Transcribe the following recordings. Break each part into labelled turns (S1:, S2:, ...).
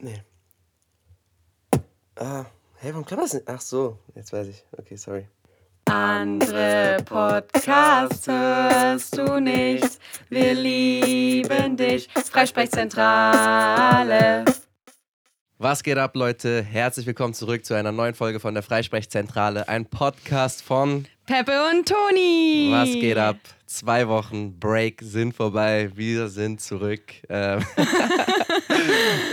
S1: Nee. Ah, hey, warum klappt das nicht? Ach so, jetzt weiß ich. Okay, sorry.
S2: Andere Podcasts hörst du nicht. Wir lieben dich. Freisprechzentrale.
S1: Was geht ab, Leute? Herzlich willkommen zurück zu einer neuen Folge von der Freisprechzentrale. Ein Podcast von
S2: Peppe und Toni.
S1: Was geht ab? Zwei Wochen Break sind vorbei. Wir sind zurück. Ähm,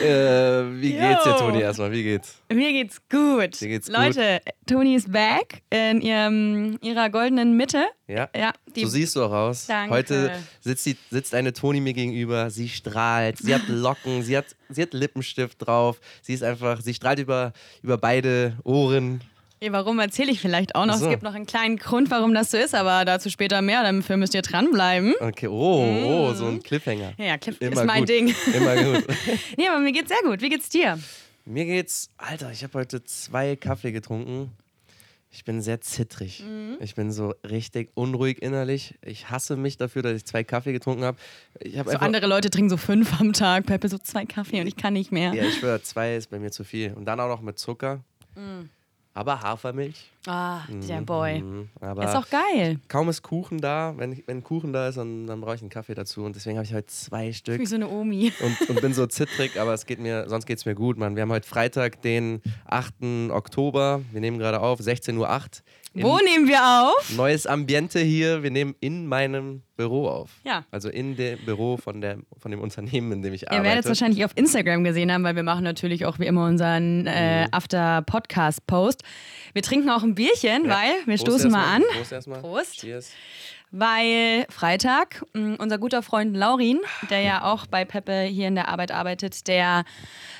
S1: äh, wie geht's dir,
S2: Yo.
S1: Toni, erstmal? Wie geht's?
S2: Mir geht's gut.
S1: Dir geht's gut?
S2: Leute, Toni ist back in ihrem, ihrer goldenen Mitte.
S1: Ja?
S2: Ja, die
S1: so siehst du auch aus.
S2: Danke.
S1: Heute sitzt, die, sitzt eine Toni mir gegenüber, sie strahlt, sie hat Locken, sie hat, sie hat Lippenstift drauf, sie ist einfach, sie strahlt über, über beide Ohren.
S2: Ey, Warum erzähle ich vielleicht auch noch?
S1: Ach so.
S2: Es gibt noch einen kleinen Grund, warum das so ist, aber dazu später mehr. Dafür müsst ihr dranbleiben.
S1: Okay, oh, oh so ein Cliffhanger.
S2: Mhm. Ja, Ja, Cliff
S1: Immer
S2: ist mein
S1: gut.
S2: Ding.
S1: Immer gut.
S2: Nee, aber mir geht's sehr gut. Wie geht's dir?
S1: Mir geht's, Alter, ich habe heute zwei Kaffee getrunken. Ich bin sehr zittrig.
S2: Mhm.
S1: Ich bin so richtig unruhig innerlich. Ich hasse mich dafür, dass ich zwei Kaffee getrunken habe. Ich habe
S2: So
S1: einfach
S2: andere Leute trinken so fünf am Tag, Peppe so zwei Kaffee und ich kann nicht mehr.
S1: Ja, ich schwöre, zwei ist bei mir zu viel. Und dann auch noch mit Zucker. Aber Hafermilch.
S2: Ah, der Mhm. Boy.
S1: Mhm.
S2: Ist
S1: Aber
S2: auch geil.
S1: kaum ist Kuchen da. Wenn, ich- wenn Kuchen da ist, dann, dann brauche ich einen Kaffee dazu. Und deswegen habe ich heute zwei Stück.
S2: Wie so eine Omi.
S1: und, und bin so zittrig, aber es geht mir, sonst geht es mir gut, Mann. Wir haben heute Freitag, den 8. Oktober. Wir nehmen gerade auf, 16.08 Uhr.
S2: Wo nehmen wir auf?
S1: Neues Ambiente hier. Wir nehmen in meinem Büro auf.
S2: Ja.
S1: Also in dem Büro von, der, von dem Unternehmen, in dem ich
S2: Ihr
S1: arbeite.
S2: werdet es wahrscheinlich auf Instagram gesehen haben, weil wir machen natürlich auch wie immer unseren
S1: Mhm.
S2: äh, After-Podcast-Post. Wir trinken auch ein Bierchen,
S1: Ja.
S2: weil wir
S1: Prost
S2: stoßen mal
S1: erstmal.
S2: an,
S1: Prost erstmal.
S2: Prost.
S1: Cheers.
S2: weil Freitag mh, unser guter Freund Laurin, der ja auch bei Peppe hier in der Arbeit arbeitet, der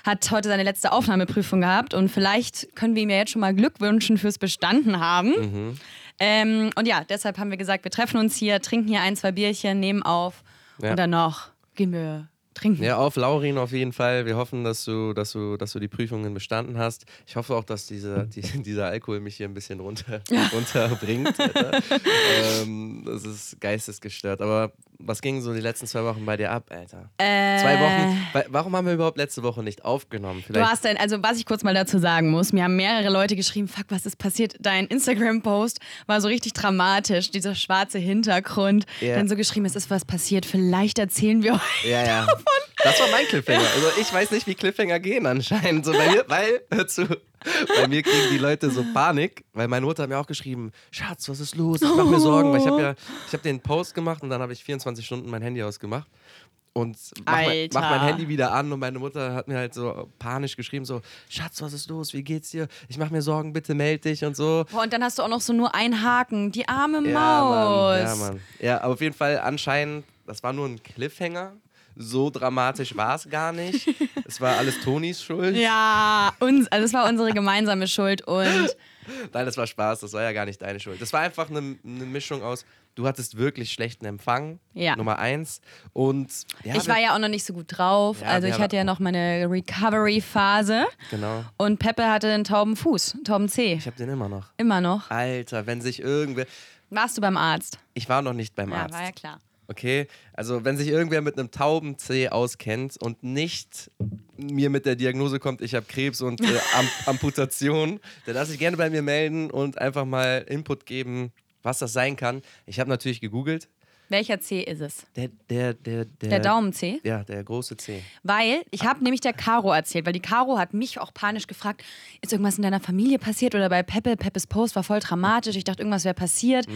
S2: hat heute seine letzte Aufnahmeprüfung gehabt und vielleicht können wir ihm ja jetzt schon mal Glück wünschen fürs Bestanden haben. Ähm, und ja, deshalb haben wir gesagt, wir treffen uns hier, trinken hier ein, zwei Bierchen, nehmen auf
S1: Ja.
S2: und dann noch gehen wir trinken.
S1: Ja, auf Laurin auf jeden Fall. Wir hoffen, dass du, dass du, dass du die Prüfungen bestanden hast. Ich hoffe auch, dass dieser, die, dieser Alkohol mich hier ein bisschen runter, runterbringt. Alter. ähm, das ist geistesgestört. Aber was ging so die letzten zwei Wochen bei dir ab, Alter?
S2: Äh,
S1: Zwei Wochen. Wa- Warum haben wir überhaupt letzte Woche nicht aufgenommen?
S2: Du
S1: Vielleicht.
S2: hast dein, also was ich kurz mal dazu sagen muss, mir haben mehrere Leute geschrieben, fuck, was ist passiert? Dein Instagram-Post war so richtig dramatisch, dieser schwarze Hintergrund.
S1: Ja.
S2: Dann so geschrieben, es ist was passiert, vielleicht erzählen wir euch.
S1: ja, ja. Das war mein Cliffhanger. Also ich weiß nicht, wie Cliffhanger gehen anscheinend. So bei mir, weil, hör zu, bei mir kriegen die Leute so Panik, weil meine Mutter hat mir auch geschrieben, Schatz, was ist los? Ich mach mir Sorgen, weil ich habe ja, ich habe den Post gemacht und dann habe ich 24 Stunden mein Handy ausgemacht. Und mach mein,
S2: Alter.
S1: mach mein Handy wieder an und meine Mutter hat mir halt so panisch geschrieben, so, Schatz, was ist los? Wie geht's dir? Ich mach mir Sorgen, bitte meld dich und so.
S2: Boah, und dann hast du auch noch so nur einen Haken, die arme Maus.
S1: Ja, Mann. Ja, Mann. ja, aber auf jeden Fall anscheinend, das war nur ein Cliffhanger. So dramatisch war es gar nicht. es war alles Tonis Schuld.
S2: Ja, uns, also es war unsere gemeinsame Schuld und
S1: Nein, das war Spaß, das war ja gar nicht deine Schuld. Das war einfach eine, eine Mischung aus, du hattest wirklich schlechten Empfang,
S2: Ja.
S1: Nummer eins. Und ja,
S2: ich war ja auch noch nicht so gut drauf.
S1: Ja,
S2: also
S1: wir
S2: ich hatte ja
S1: hatten-
S2: noch meine Recovery-Phase
S1: Genau.
S2: und Peppe hatte einen tauben Fuß, tauben Zeh.
S1: Ich Ah. habe den immer noch.
S2: Immer noch.
S1: Alter, wenn sich irgendwer.
S2: Warst du beim Arzt?
S1: Ich war noch nicht beim Arzt.
S2: Ja, war ja klar.
S1: Okay, also wenn sich irgendwer mit einem tauben Zeh auskennt und nicht mir mit der Diagnose kommt, ich habe Krebs und äh, Am Amputation, dann darf sich gerne bei mir melden und einfach mal Input geben, was das sein kann. Ich habe natürlich gegoogelt.
S2: Welcher C ist es?
S1: Der, der, der, der,
S2: Der Daumen C?
S1: Ja, der große Zeh.
S2: Weil ich habe nämlich der Caro erzählt, weil die Caro hat mich auch panisch gefragt, ist irgendwas in deiner Familie passiert oder bei Peppe, Peppes Post war voll dramatisch, ich dachte, irgendwas wäre passiert.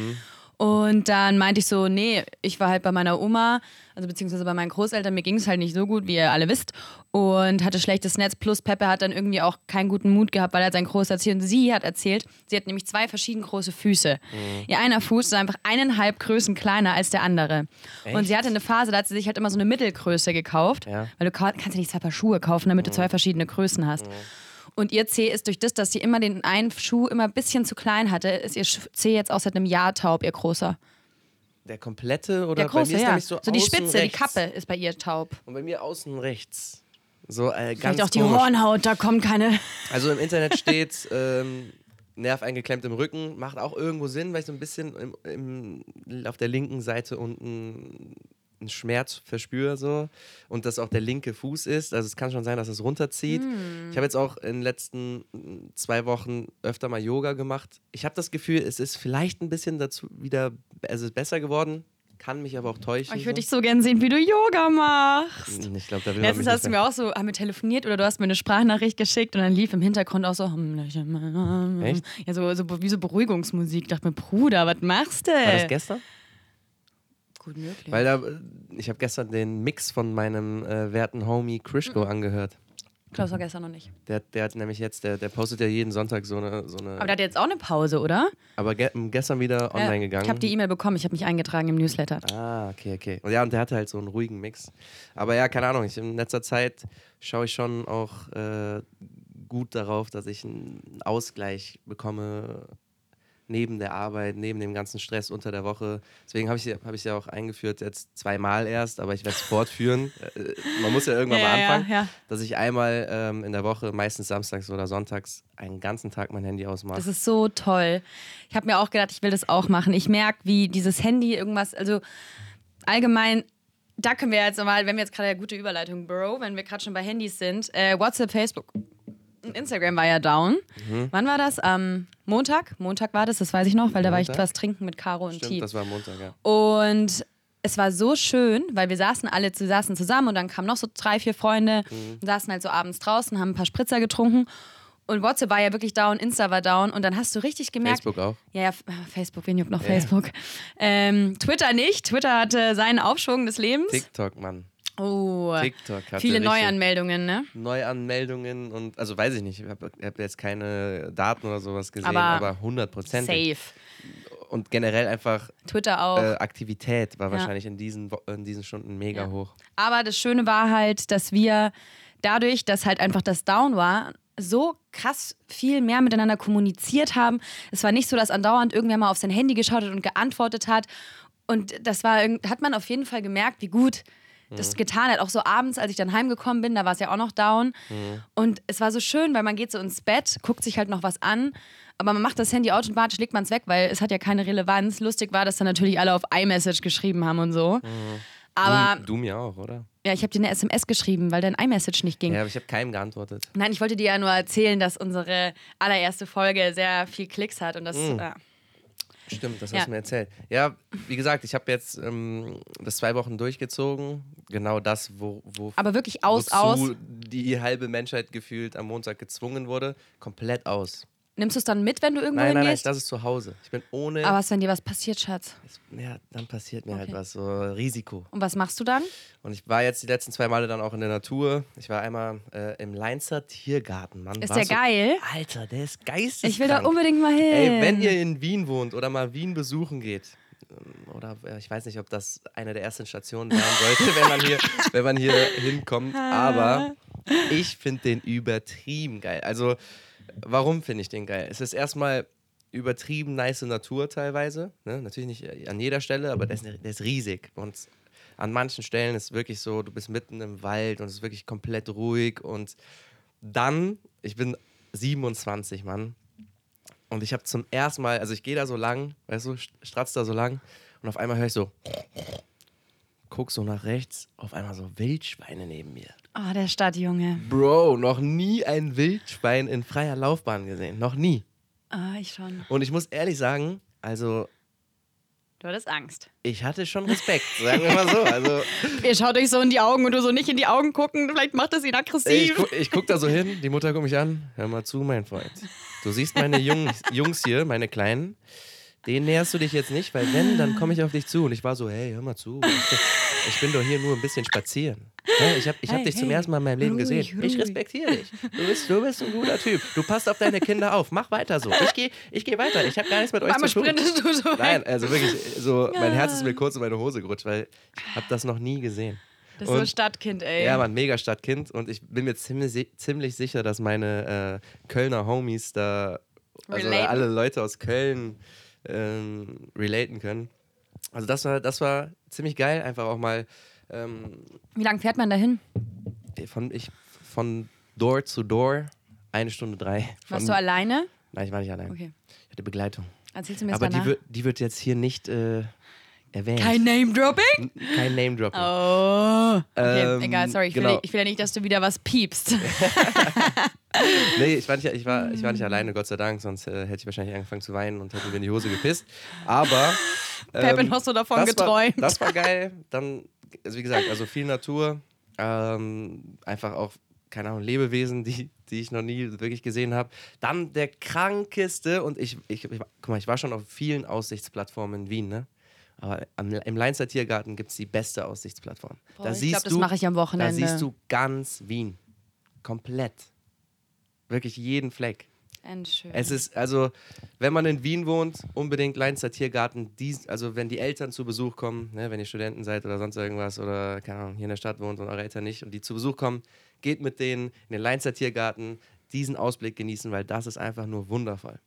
S2: Und dann meinte ich so, nee, ich war halt bei meiner Oma, also beziehungsweise bei meinen Großeltern, mir ging es halt nicht so gut, wie ihr alle wisst, und hatte schlechtes Netz. Plus Peppe hat dann irgendwie auch keinen guten Mut gehabt, weil er hat sein Groß erzählt und sie hat erzählt, sie hat nämlich zwei verschieden große Füße. Ihr einer Fuß ist einfach eineinhalb Größen kleiner als der andere. Und sie hatte eine Phase, da hat sie sich halt immer so eine Mittelgröße gekauft,
S1: Ja.
S2: weil du ka- kannst ja nicht zwei Paar Schuhe kaufen, damit du zwei verschiedene Größen hast. Und ihr Zeh ist durch das, dass sie immer den einen Schuh immer ein bisschen zu klein hatte, ist ihr Sch- Zeh jetzt auch seit einem Jahr taub, ihr großer.
S1: Der komplette oder
S2: Der große,
S1: bei mir ist
S2: ja.
S1: nämlich so,
S2: So, die
S1: außen
S2: Spitze, die
S1: rechts.
S2: Kappe ist bei ihr taub.
S1: Und bei mir außen rechts. So äh, ganz
S2: Vielleicht auch die
S1: komisch.
S2: Hornhaut, da kommen keine.
S1: Also im Internet steht ähm, Nerv eingeklemmt im Rücken, macht auch irgendwo Sinn, weil ich so ein bisschen im, im, auf der linken Seite unten einen Schmerz verspüre so und das auch der linke Fuß ist. Also es kann schon sein, dass es runterzieht.
S2: Hm.
S1: Ich habe jetzt auch in den letzten mm, zwei Wochen öfter mal Yoga gemacht. Ich habe das Gefühl, es ist vielleicht ein bisschen dazu wieder, es ist besser geworden, kann mich aber auch täuschen.
S2: Oh, ich würde
S1: so. Hm,
S2: dich so gern sehen, wie du Yoga machst.
S1: ich glaube, da will man mich
S2: Letztens
S1: nicht
S2: hast du
S1: mehr-
S2: mir auch so, haben wir telefoniert oder du hast mir eine Sprachnachricht geschickt und dann lief im Hintergrund auch so, hm,
S1: Echt?
S2: ja, so, so wie so Beruhigungsmusik. Ich dachte mir, Bruder, was machst du?
S1: War das gestern?
S2: Gut möglich.
S1: Weil da, äh, ich habe gestern den Mix von meinem äh, werten Homie Krishko
S2: Mhm.
S1: angehört.
S2: Klaus war gestern noch nicht.
S1: Der, der hat nämlich jetzt, der, der postet ja jeden Sonntag so eine. So eine
S2: Aber der hat jetzt auch eine Pause, oder?
S1: aber ge gestern wieder online
S2: Ja,
S1: gegangen.
S2: Ich habe die E-Mail bekommen, ich habe mich eingetragen im Newsletter.
S1: Ah, okay, okay. Und ja, und der hatte halt so einen ruhigen Mix. Aber ja, keine Ahnung, ich, in letzter Zeit schaue ich schon auch äh, gut darauf, dass ich einen Ausgleich bekomme neben der Arbeit, neben dem ganzen Stress unter der Woche. Deswegen habe ich sie- habe ich sie ja auch eingeführt, jetzt zweimal erst, aber ich werde es fortführen. Äh, Man muss ja irgendwann
S2: Ja,
S1: mal
S2: ja,
S1: anfangen,
S2: ja.
S1: dass ich einmal ähm, in der Woche, meistens samstags oder sonntags, einen ganzen Tag mein Handy ausmache.
S2: Das ist so toll. Ich habe mir auch gedacht, ich will das auch machen. Ich merke, wie dieses Handy irgendwas, also allgemein, da können wir jetzt nochmal, wenn wir jetzt gerade eine gute Überleitung, Bro, wenn wir gerade schon bei Handys sind, äh, WhatsApp, Facebook und Instagram war ja down.
S1: Mhm.
S2: Wann war das? Am Montag? Montag war das, das weiß ich noch, weil da war ich
S1: Montag?
S2: was trinken mit Caro und
S1: Stimmt,
S2: Tiet.
S1: das war Montag, ja.
S2: Und es war so schön, weil wir saßen alle zu, saßen zusammen und dann kamen noch so drei, vier Freunde,
S1: Mhm.
S2: und saßen halt so abends draußen, haben ein paar Spritzer getrunken. Und WhatsApp war ja wirklich down, Insta war down und dann hast du richtig gemerkt.
S1: Facebook auch.
S2: Ja, ja, F- äh, Facebook, wen juckt noch Facebook? Ähm, Twitter nicht. Twitter hatte seinen Aufschwung des Lebens.
S1: TikTok, Mann.
S2: oh,
S1: TikTok hatte
S2: viele
S1: richtig-
S2: Neuanmeldungen, ne?
S1: Neuanmeldungen und, also weiß ich nicht, ich habe hab jetzt keine Daten oder sowas gesehen,
S2: Aber
S1: aber, 100 Prozent.
S2: Safe.
S1: Und generell einfach
S2: Twitter auch.
S1: äh, Aktivität war
S2: Ja.
S1: wahrscheinlich in diesen, Wo- in diesen Stunden mega
S2: Ja.
S1: hoch.
S2: Aber das Schöne war halt, dass wir dadurch, dass halt einfach das Down war, so krass viel mehr miteinander kommuniziert haben. Es war nicht so, dass andauernd irgendwer mal auf sein Handy geschaut hat und geantwortet hat. Und das war, irgend- hat man auf jeden Fall gemerkt, wie gut das getan hat. Auch so abends, als ich dann heimgekommen bin, da war es ja auch noch down. Und es war so schön, weil man geht so ins Bett, guckt sich halt noch was an, aber man macht das Handy automatisch, legt man es weg, weil es hat ja keine Relevanz. Lustig war, dass dann natürlich alle auf iMessage geschrieben haben und so. Aber
S1: du, du mir auch, oder?
S2: ja, ich habe dir eine SMS geschrieben, weil dein iMessage nicht ging.
S1: Ja, aber ich habe keinem geantwortet.
S2: Nein, ich wollte dir ja nur erzählen, dass unsere allererste Folge sehr viel Klicks hat und das.
S1: Mm.
S2: Ja.
S1: Stimmt, das
S2: Ja.
S1: hast du mir erzählt. Ja, wie gesagt, ich habe jetzt ähm, das zwei Wochen durchgezogen. Genau das, wo, wo
S2: Aber wirklich aus,
S1: wozu
S2: aus.
S1: die halbe Menschheit gefühlt am Montag gezwungen wurde. Komplett aus.
S2: Nimmst du es dann mit, wenn du irgendwo
S1: Nein, nein, nein,
S2: hingehst?
S1: das ist zu Hause. Ich bin ohne.
S2: Aber was, wenn dir was passiert, Schatz?
S1: ja, dann passiert mir halt
S2: Okay.
S1: was, so Risiko.
S2: Und was machst du dann?
S1: Und ich war jetzt die letzten zwei Male dann auch in der Natur. Ich war einmal äh, im Leinzer Tiergarten, Mann.
S2: Ist
S1: Warst
S2: der
S1: du-
S2: geil?
S1: Alter, der ist geisteskrank.
S2: Ich will da unbedingt mal hin.
S1: Ey, wenn ihr in Wien wohnt oder mal Wien besuchen geht, ähm, oder äh, ich weiß nicht, ob das eine der ersten Stationen sein sollte, wenn man hier, wenn man hier hinkommt, aber ich finde den übertrieben geil. Also, warum finde ich den geil? Es ist erstmal übertrieben nice Natur teilweise, ne? natürlich nicht an jeder Stelle, aber der ist, der ist riesig und an manchen Stellen ist wirklich so, du bist mitten im Wald und es ist wirklich komplett ruhig und dann, ich bin 27, Mann. Und ich habe zum ersten Mal, also ich gehe da so lang, weißt du, st- stratz da so lang und auf einmal höre ich so, guck so nach rechts, auf einmal so Wildschweine neben mir.
S2: Oh, der Stadtjunge.
S1: Bro, noch nie ein Wildschwein in freier Laufbahn gesehen, noch nie.
S2: Ah, ich schon.
S1: Und ich muss ehrlich sagen, also
S2: Du hattest Angst.
S1: ich hatte schon Respekt, sagen wir mal so. Also
S2: Ihr schaut euch so in die Augen und du so nicht in die Augen gucken. Vielleicht macht das ihn
S1: Ey, ich,
S2: aggressiv.
S1: guck, ich guck da so hin, die Mutter guckt mich an. Hör mal zu, mein Freund. Du siehst meine Jungs, Jungs hier, meine Kleinen. Denen näherst du dich jetzt nicht, weil wenn, dann komme ich auf dich zu. Und ich war so, hey, hör mal zu. Ich bin doch hier nur ein bisschen spazieren. Hä, Ich habe ich hab
S2: Hey,
S1: dich zum
S2: hey,
S1: ersten Mal in meinem Leben
S2: ruhig,
S1: gesehen.
S2: ruhig.
S1: Ich respektiere dich. Du bist, du bist ein guter Typ. Du passt auf deine Kinder auf. Mach weiter so. Ich gehe ich geh weiter. Ich habe gar nichts mit euch
S2: Einmal
S1: zu tun.
S2: sprintest du so weg.
S1: Nein, also wirklich, so, mein Herz ist mir kurz in meine Hose gerutscht, weil ich habe das noch nie gesehen.
S2: Das ist so ein
S1: Und-
S2: Stadtkind, ey.
S1: ja, Mann, mega Stadtkind. Und ich bin mir ziemlich, si- ziemlich sicher, dass meine äh, Kölner Homies da, also
S2: Relaten.
S1: alle Leute aus Köln, ähm, relaten können. Also das war, das war ziemlich geil, einfach auch mal ähm,
S2: Wie lange fährt man dahin?
S1: von, ich, von Door zu Door, eine Stunde drei. Von,
S2: Warst du alleine?
S1: Nein, ich war nicht allein.
S2: Okay.
S1: Ich hatte Begleitung.
S2: Erzählst du mir das
S1: Aber
S2: mal
S1: die
S2: nach?
S1: wird, die wird jetzt hier nicht äh, erwähnt.
S2: Kein Name-Dropping?
S1: Kein Name-Dropping.
S2: Oh. Okay,
S1: Ähm,
S2: egal, sorry. Ich, will,
S1: genau. Ähm,
S2: ich will ja nicht, dass du wieder was piepst.
S1: Nee, ich war, nicht, ich, war, ich war
S2: Hm.
S1: nicht alleine, Gott sei Dank, sonst äh, hätte ich wahrscheinlich angefangen zu weinen und hätte mir in die Hose gepisst. Aber. ähm,
S2: Pepin, hast du davon
S1: das
S2: geträumt?
S1: War, das war geil. Dann, also wie gesagt, also viel Natur, ähm, einfach auch, keine Ahnung, Lebewesen, die, die ich noch nie wirklich gesehen habe. Dann der krankeste, und ich, ich, ich, guck mal, ich war schon auf vielen Aussichtsplattformen in Wien, ne? Aber am, im Leinster Tiergarten gibt es die beste Aussichtsplattform.
S2: Boah,
S1: da
S2: ich
S1: siehst
S2: glaub, das
S1: du-
S2: mache ich am Wochenende.
S1: Da siehst du ganz Wien. Komplett. Wirklich jeden Fleck.
S2: Ein schön.
S1: Es ist, also, wenn man in Wien wohnt, unbedingt Leinster Tiergarten. Dies, also, wenn die Eltern zu Besuch kommen, ne, wenn ihr Studenten seid oder sonst irgendwas oder, keine Ahnung, hier in der Stadt wohnt und eure Eltern nicht und die zu Besuch kommen, geht mit denen in den Leinster Tiergarten, diesen Ausblick genießen, weil das ist einfach nur wundervoll.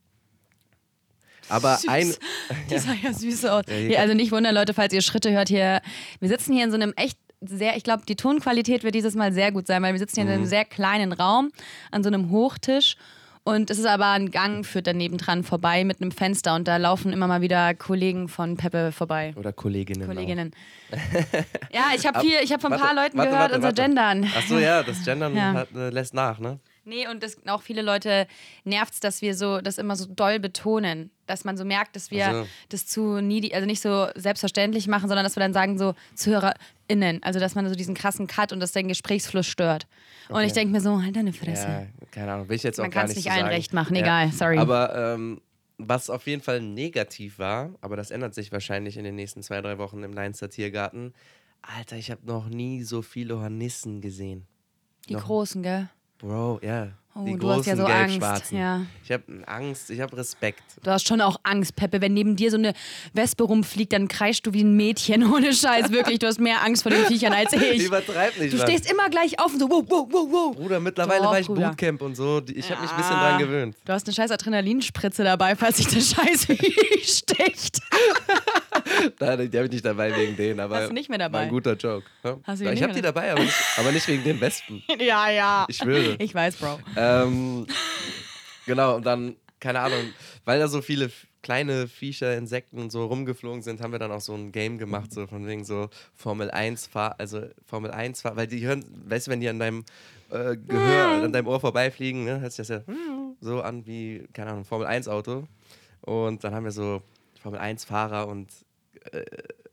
S1: Aber
S2: Süß.
S1: ein.
S2: Die sah ja süß aus.
S1: hier
S2: Hier, also nicht wundern, Leute, falls ihr Schritte hört hier. Wir sitzen hier in so einem echt sehr, ich glaube, die Tonqualität wird dieses Mal sehr gut sein, weil wir sitzen hier
S1: Mhm.
S2: in einem sehr kleinen Raum an so einem Hochtisch. Und es ist aber ein Gang, führt daneben dran vorbei mit einem Fenster und da laufen immer mal wieder Kollegen von Peppe vorbei.
S1: Oder Kolleginnen. auch.
S2: Kolleginnen. Ja, ich habe hier, ich habe von ein
S1: Genau. Warte,
S2: paar Leuten
S1: warte,
S2: gehört,
S1: warte,
S2: unser
S1: warte.
S2: Gendern.
S1: Ach so, ja, das Gendern
S2: Ja.
S1: Hat, äh, lässt nach, ne?
S2: Nee, und das, auch viele Leute nervt es, dass wir so das immer so doll betonen, dass man so merkt, dass wir
S1: Ach so.
S2: das zu needy, also nicht so selbstverständlich machen, sondern dass wir dann sagen so ZuhörerInnen, also dass man so diesen krassen Cut und das den Gesprächsfluss stört. Und ich denke mir so, halt deine Fresse.
S1: Ja, keine Ahnung, will ich jetzt
S2: Man
S1: auch gar
S2: kann's
S1: nicht
S2: nicht
S1: so
S2: allen
S1: sagen.
S2: recht machen, egal, sorry.
S1: Aber ähm, was auf jeden Fall negativ war, aber das ändert sich wahrscheinlich in den nächsten zwei, drei Wochen im Leinster Tiergarten. Alter, ich habe noch nie so viele Hornissen gesehen.
S2: Die
S1: Noch-
S2: großen, gell?
S1: Bro, ja.
S2: Oh,
S1: die
S2: du hast ja
S1: großen
S2: so Angst,
S1: Gelbschwarzen.
S2: ja.
S1: Ich habe Angst, ich habe Respekt.
S2: Du hast schon auch Angst, Peppe. Wenn neben dir so eine Wespe rumfliegt, dann kreischst du wie ein Mädchen. Ohne Scheiß, wirklich. Du hast mehr Angst vor den Viechern als ich.
S1: Übertreib nicht,
S2: Du
S1: Mann.
S2: stehst immer gleich auf und so, wow, wow, wow, wow.
S1: Bruder, mittlerweile
S2: Doch,
S1: war ich
S2: Bruder.
S1: Bootcamp und so. die- Ich habe mich ein bisschen
S2: Ah.
S1: dran gewöhnt.
S2: Du hast eine scheiß Adrenalinspritze dabei, falls sich der Scheiß sticht.
S1: Da, die habe ich nicht dabei wegen denen, aber
S2: Hast du nicht mehr dabei?
S1: war ein guter Joke. Ja?
S2: Hast du die
S1: Ja, ich
S2: nicht
S1: habe die
S2: mehr dabei?
S1: dabei, aber nicht, aber nicht wegen den Besten.
S2: ja, ja.
S1: Ich schwöre.
S2: Ich weiß, Bro.
S1: ähm, genau, und dann, keine Ahnung, weil da so viele f- kleine Viecher, Insekten und so rumgeflogen sind, haben wir dann auch so ein Game gemacht, so von wegen so Formel 1 fahr also Formel 1 fahr weil die hören, weißt du, wenn die an deinem äh,
S2: Hm.
S1: Gehör, an deinem Ohr vorbeifliegen, ne, hört sich das ja so an wie, keine Ahnung, Formel 1 Auto. Und dann haben wir so Formel 1 Fahrer und äh,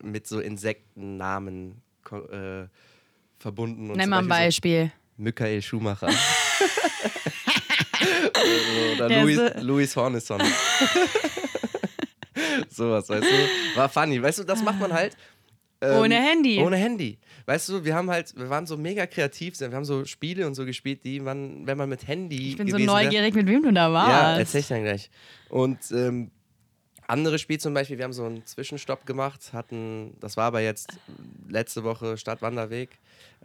S1: mit so Insektennamen ko- äh, verbunden. Und
S2: Nenn
S1: zum
S2: mal ein
S1: Beispiel so-
S2: Beispiel.
S1: Michael Schumacher. Oder
S2: Der
S1: Louis,
S2: ist, äh,
S1: Louis Hornisson. Sowas, weißt du? War funny. Weißt du, das macht man halt. ähm,
S2: Ohne Handy.
S1: Ohne Handy. Weißt du, wir haben halt, wir waren so mega kreativ, wir haben so Spiele und so gespielt, die man, wenn man mit Handy.
S2: Ich bin so
S1: gewesen wär-
S2: neugierig, mit wem du da warst.
S1: ja, erzähl ich dann gleich. Und ähm, andere Spiel zum Beispiel, wir haben so einen Zwischenstopp gemacht, hatten, das war aber jetzt letzte Woche Stadtwanderweg,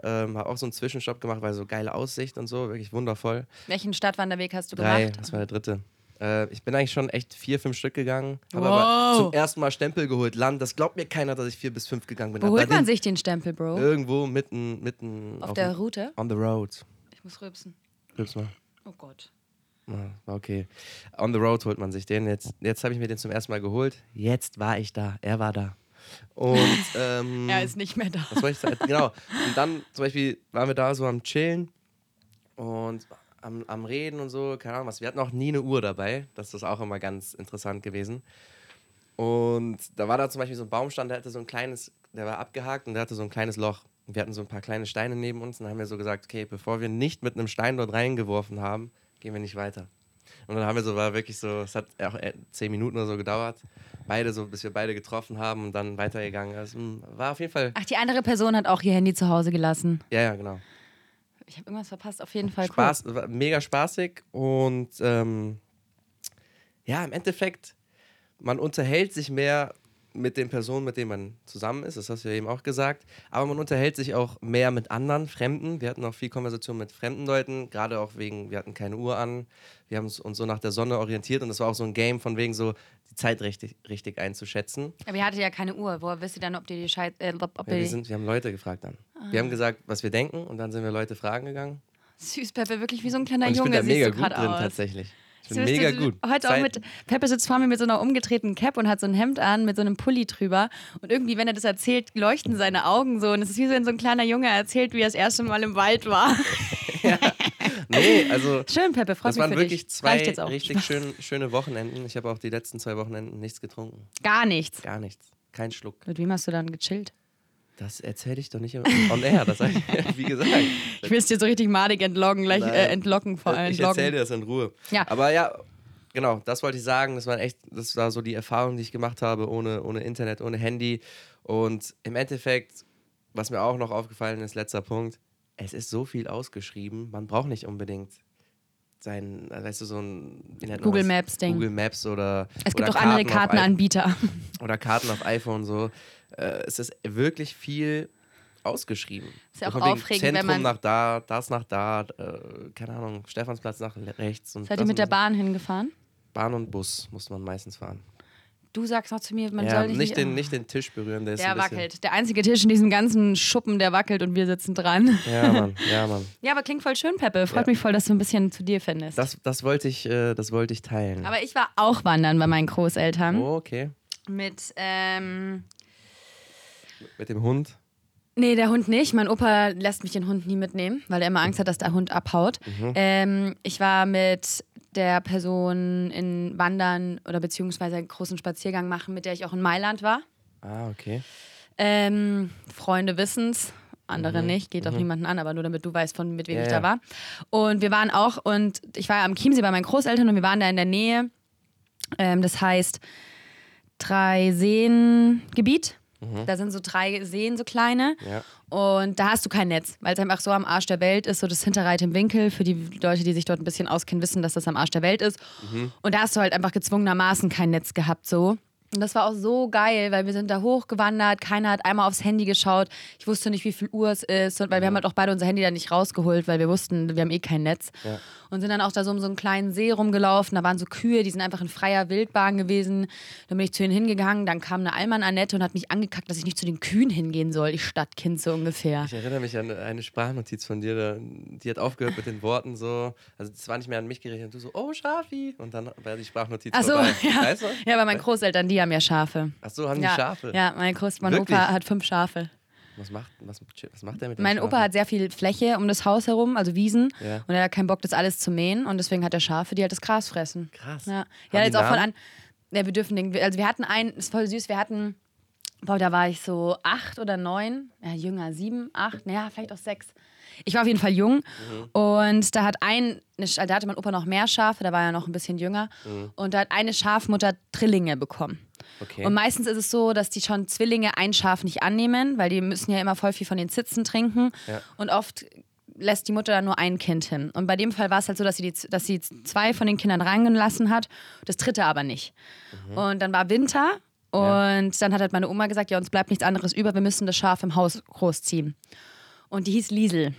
S1: ähm, habe auch so einen Zwischenstopp gemacht, weil so geile Aussicht und so, wirklich wundervoll.
S2: Welchen Stadtwanderweg hast du
S1: Drei,
S2: gemacht?
S1: das war der dritte. Äh, ich bin eigentlich schon echt vier, fünf Stück gegangen, habe
S2: Wow.
S1: aber zum ersten Mal Stempel geholt, Land, das glaubt mir keiner, dass ich vier bis fünf gegangen bin.
S2: Wo
S1: aber
S2: holt man
S1: den-
S2: sich den Stempel, Bro?
S1: Irgendwo mitten, mitten
S2: Auf
S1: auf
S2: der
S1: dem-
S2: Route?
S1: On the road.
S2: Ich muss rübsen.
S1: Gib's mal.
S2: Oh Gott.
S1: Ah, Okay. On the road holt man sich den. Jetzt, jetzt habe ich mir den zum ersten Mal geholt. Jetzt war ich da. Er war da. Und ähm,
S2: Er ist nicht mehr da.
S1: was soll ich sagen? Genau. Und dann zum Beispiel waren wir da so am Chillen und am, am Reden und so, keine Ahnung was. Wir hatten auch nie eine Uhr dabei. Das ist auch immer ganz interessant gewesen. Und da war da zum Beispiel so ein Baumstand, der hatte so ein kleines, der war abgehakt und der hatte so ein kleines Loch. Und wir hatten so ein paar kleine Steine neben uns und dann haben wir so gesagt, okay, bevor wir nicht mit einem Stein dort reingeworfen haben, gehen wir nicht weiter. Und dann haben wir so, war wirklich so, es hat auch äh, zehn Minuten oder so gedauert, beide so, bis wir beide getroffen haben und dann weitergegangen. Das mm, war auf jeden Fall
S2: Ach, die andere Person hat auch ihr Handy zu Hause gelassen.
S1: ja, ja, genau.
S2: Ich habe irgendwas verpasst, auf jeden Fall. Cool.
S1: Spaß, war mega spaßig und ähm, ja, im Endeffekt, man unterhält sich mehr mit den Personen, mit denen man zusammen ist, das hast du ja eben auch gesagt, aber man unterhält sich auch mehr mit anderen Fremden. Wir hatten auch viel Konversation mit fremden Leuten, gerade auch wegen, wir hatten keine Uhr an, wir haben uns uns so nach der Sonne orientiert und das war auch so ein Game von wegen so, die Zeit richtig, richtig einzuschätzen.
S2: Aber ihr hattet ja keine Uhr. Woher wisst ihr dann, ob ihr die Scheiß... Äh, ob ob
S1: Ja, wir,
S2: ihr
S1: sind, wir haben Leute gefragt dann. Wir haben gesagt, was wir denken und dann sind wir Leute fragen gegangen.
S2: Süß, Peppe, wirklich wie so ein kleiner
S1: Und ich
S2: Junge
S1: bin da
S2: siehst
S1: mega
S2: du
S1: gut drin
S2: gerade aus.
S1: tatsächlich. Ich bin mega
S2: du,
S1: gut.
S2: Heute auch
S1: Seit-
S2: mit, Peppe sitzt vor mir mit so einer umgetretenen Cap und hat so ein Hemd an mit so einem Pulli drüber. Und irgendwie, wenn er das erzählt, leuchten seine Augen so. Und es ist wie so, wenn so ein kleiner Junge erzählt, wie er das erste Mal im Wald war.
S1: Nee, also
S2: Schön, Peppe, freut
S1: das
S2: mich
S1: waren
S2: für
S1: wirklich
S2: dich.
S1: zwei
S2: Reicht jetzt auch.
S1: richtig schön, schöne Wochenenden. Ich habe auch die letzten zwei Wochenenden nichts getrunken.
S2: Gar nichts.
S1: Gar nichts. Kein Schluck.
S2: Mit wem hast du dann gechillt?
S1: Das erzähle ich doch nicht on air. Das habe ich, wie gesagt.
S2: Ich will es dir so richtig madig entlocken, gleich äh,
S1: Nein.
S2: entlocken vor allem.
S1: Ich erzähle dir das in Ruhe.
S2: Ja.
S1: Aber ja, genau, das wollte ich sagen. Das waren echt, das war so die Erfahrung, die ich gemacht habe, ohne, ohne Internet, ohne Handy. Und im Endeffekt, was mir auch noch aufgefallen ist, letzter Punkt, es ist so viel ausgeschrieben, man braucht nicht unbedingt sein, weißt du, so ein wie nennt man
S2: Google
S1: das?
S2: Maps Ding.
S1: Google Maps oder
S2: Es gibt
S1: oder
S2: auch
S1: auf
S2: andere
S1: iPhone
S2: Kartenanbieter.
S1: oder Karten auf iPhone so. Äh, es ist wirklich viel ausgeschrieben.
S2: Ist ja
S1: So
S2: auch
S1: von wegen
S2: aufregend, wenn
S1: Zentrum
S2: man-
S1: nach da, das nach da, äh, keine Ahnung, Stephansplatz nach le- rechts. Und
S2: Seid
S1: das
S2: ihr mit der
S1: und so.
S2: Bahn hingefahren?
S1: Bahn und Bus muss man meistens fahren.
S2: Du sagst noch zu mir, man
S1: ja,
S2: soll nicht,
S1: nicht, den, nicht den Tisch berühren, der, ist
S2: Der
S1: ein bisschen,
S2: wackelt. Der einzige Tisch in diesem ganzen Schuppen, der wackelt und wir sitzen dran.
S1: Ja, Mann, ja, Mann.
S2: Ja, aber klingt voll schön, Peppe. Freut
S1: Ja.
S2: mich voll, dass du ein bisschen zu dir findest.
S1: Das, das, wollte ich, äh, das wollte ich teilen.
S2: aber ich war auch wandern bei meinen Großeltern.
S1: oh, okay.
S2: Mit, ähm,
S1: Mit dem Hund.
S2: nee, der Hund nicht. Mein Opa lässt mich den Hund nie mitnehmen, weil er immer Angst hat, dass der Hund abhaut.
S1: Mhm.
S2: Ähm, ich war mit der Person in Wandern oder beziehungsweise einen großen Spaziergang machen, mit der ich auch in Mailand war.
S1: Ah, okay.
S2: Ähm, Freunde wissen's, andere nicht, geht auch niemanden an, aber nur damit du weißt, von mit wem
S1: Mhm. Ja,
S2: ich
S1: ja.
S2: da war. Und wir waren auch, und ich war am Chiemsee bei meinen Großeltern und wir waren da in der Nähe. Ähm, das heißt, drei Seengebiet.
S1: Mhm.
S2: Da sind so drei Seen, so kleine.
S1: Ja.
S2: Und da hast du kein Netz, weil es einfach so am Arsch der Welt ist, so das Hinterreit im Winkel. Für die Leute, die sich dort ein bisschen auskennen, wissen, dass das am Arsch der Welt ist. Und da hast du halt einfach gezwungenermaßen kein Netz gehabt, so. Und das war auch so geil, weil wir sind da hochgewandert, keiner hat einmal aufs Handy geschaut. Ich wusste nicht, wie viel Uhr es ist, und weil wir haben halt auch beide unser Handy dann nicht rausgeholt, weil wir wussten, wir haben eh kein Netz. Und sind dann auch da so um so einen kleinen See rumgelaufen, da waren so Kühe, die sind einfach in freier Wildbahn gewesen. Dann bin ich zu ihnen hingegangen, dann kam eine Allmann Annette und hat mich angekackt, dass ich nicht zu den Kühen hingehen soll, ich Stadtkind so ungefähr.
S1: Ich erinnere mich an eine Sprachnotiz von dir, da- die hat aufgehört mit den Worten so, also das war nicht mehr an mich gerichtet, und du so, oh Schafi, und dann war die Sprachnotiz
S2: Ach so,
S1: vorbei.
S2: ja.
S1: Weißt du?
S2: Ja, aber meine Großeltern, die haben ja Schafe.
S1: Ach so, haben
S2: ja,
S1: die Schafe?
S2: Ja, mein, Groß mein
S1: Wirklich?
S2: Opa hat fünf Schafe.
S1: Was macht, was, was macht der mit den
S2: Mein Opa
S1: Schafen?
S2: hat sehr viel Fläche um das Haus herum, also Wiesen.
S1: Ja.
S2: Und er hat keinen Bock, das alles zu mähen. Und deswegen hat er Schafe, die halt das Gras fressen.
S1: Krass.
S2: Ja,
S1: Haben
S2: ja
S1: die
S2: jetzt auch von an.
S1: Namen?
S2: Ja, wir dürfen den. Also, wir hatten einen, ist voll süß, wir hatten. Boah, da war ich so acht oder neun, ja, jünger, sieben, acht, naja, vielleicht auch sechs. Ich war auf jeden Fall jung
S1: Mhm.
S2: und da hat ein, eine Sch- also da hatte mein Opa noch mehr Schafe, da war er noch ein bisschen jünger
S1: Mhm.
S2: und da hat eine Schafmutter Drillinge bekommen.
S1: Okay.
S2: Und meistens ist es so, dass die schon Zwillinge ein Schaf nicht annehmen, weil die müssen ja immer voll viel von den Zitzen trinken.
S1: Ja.
S2: Und oft lässt die Mutter dann nur ein Kind hin. Und bei dem Fall war es halt so, dass sie, die, dass sie zwei von den Kindern reingelassen hat, das dritte aber nicht. Und dann war Winter und
S1: Mhm. Ja.
S2: dann hat halt meine Oma gesagt, ja, uns bleibt nichts anderes über, wir müssen das Schaf im Haus großziehen. Und die hieß Liesel.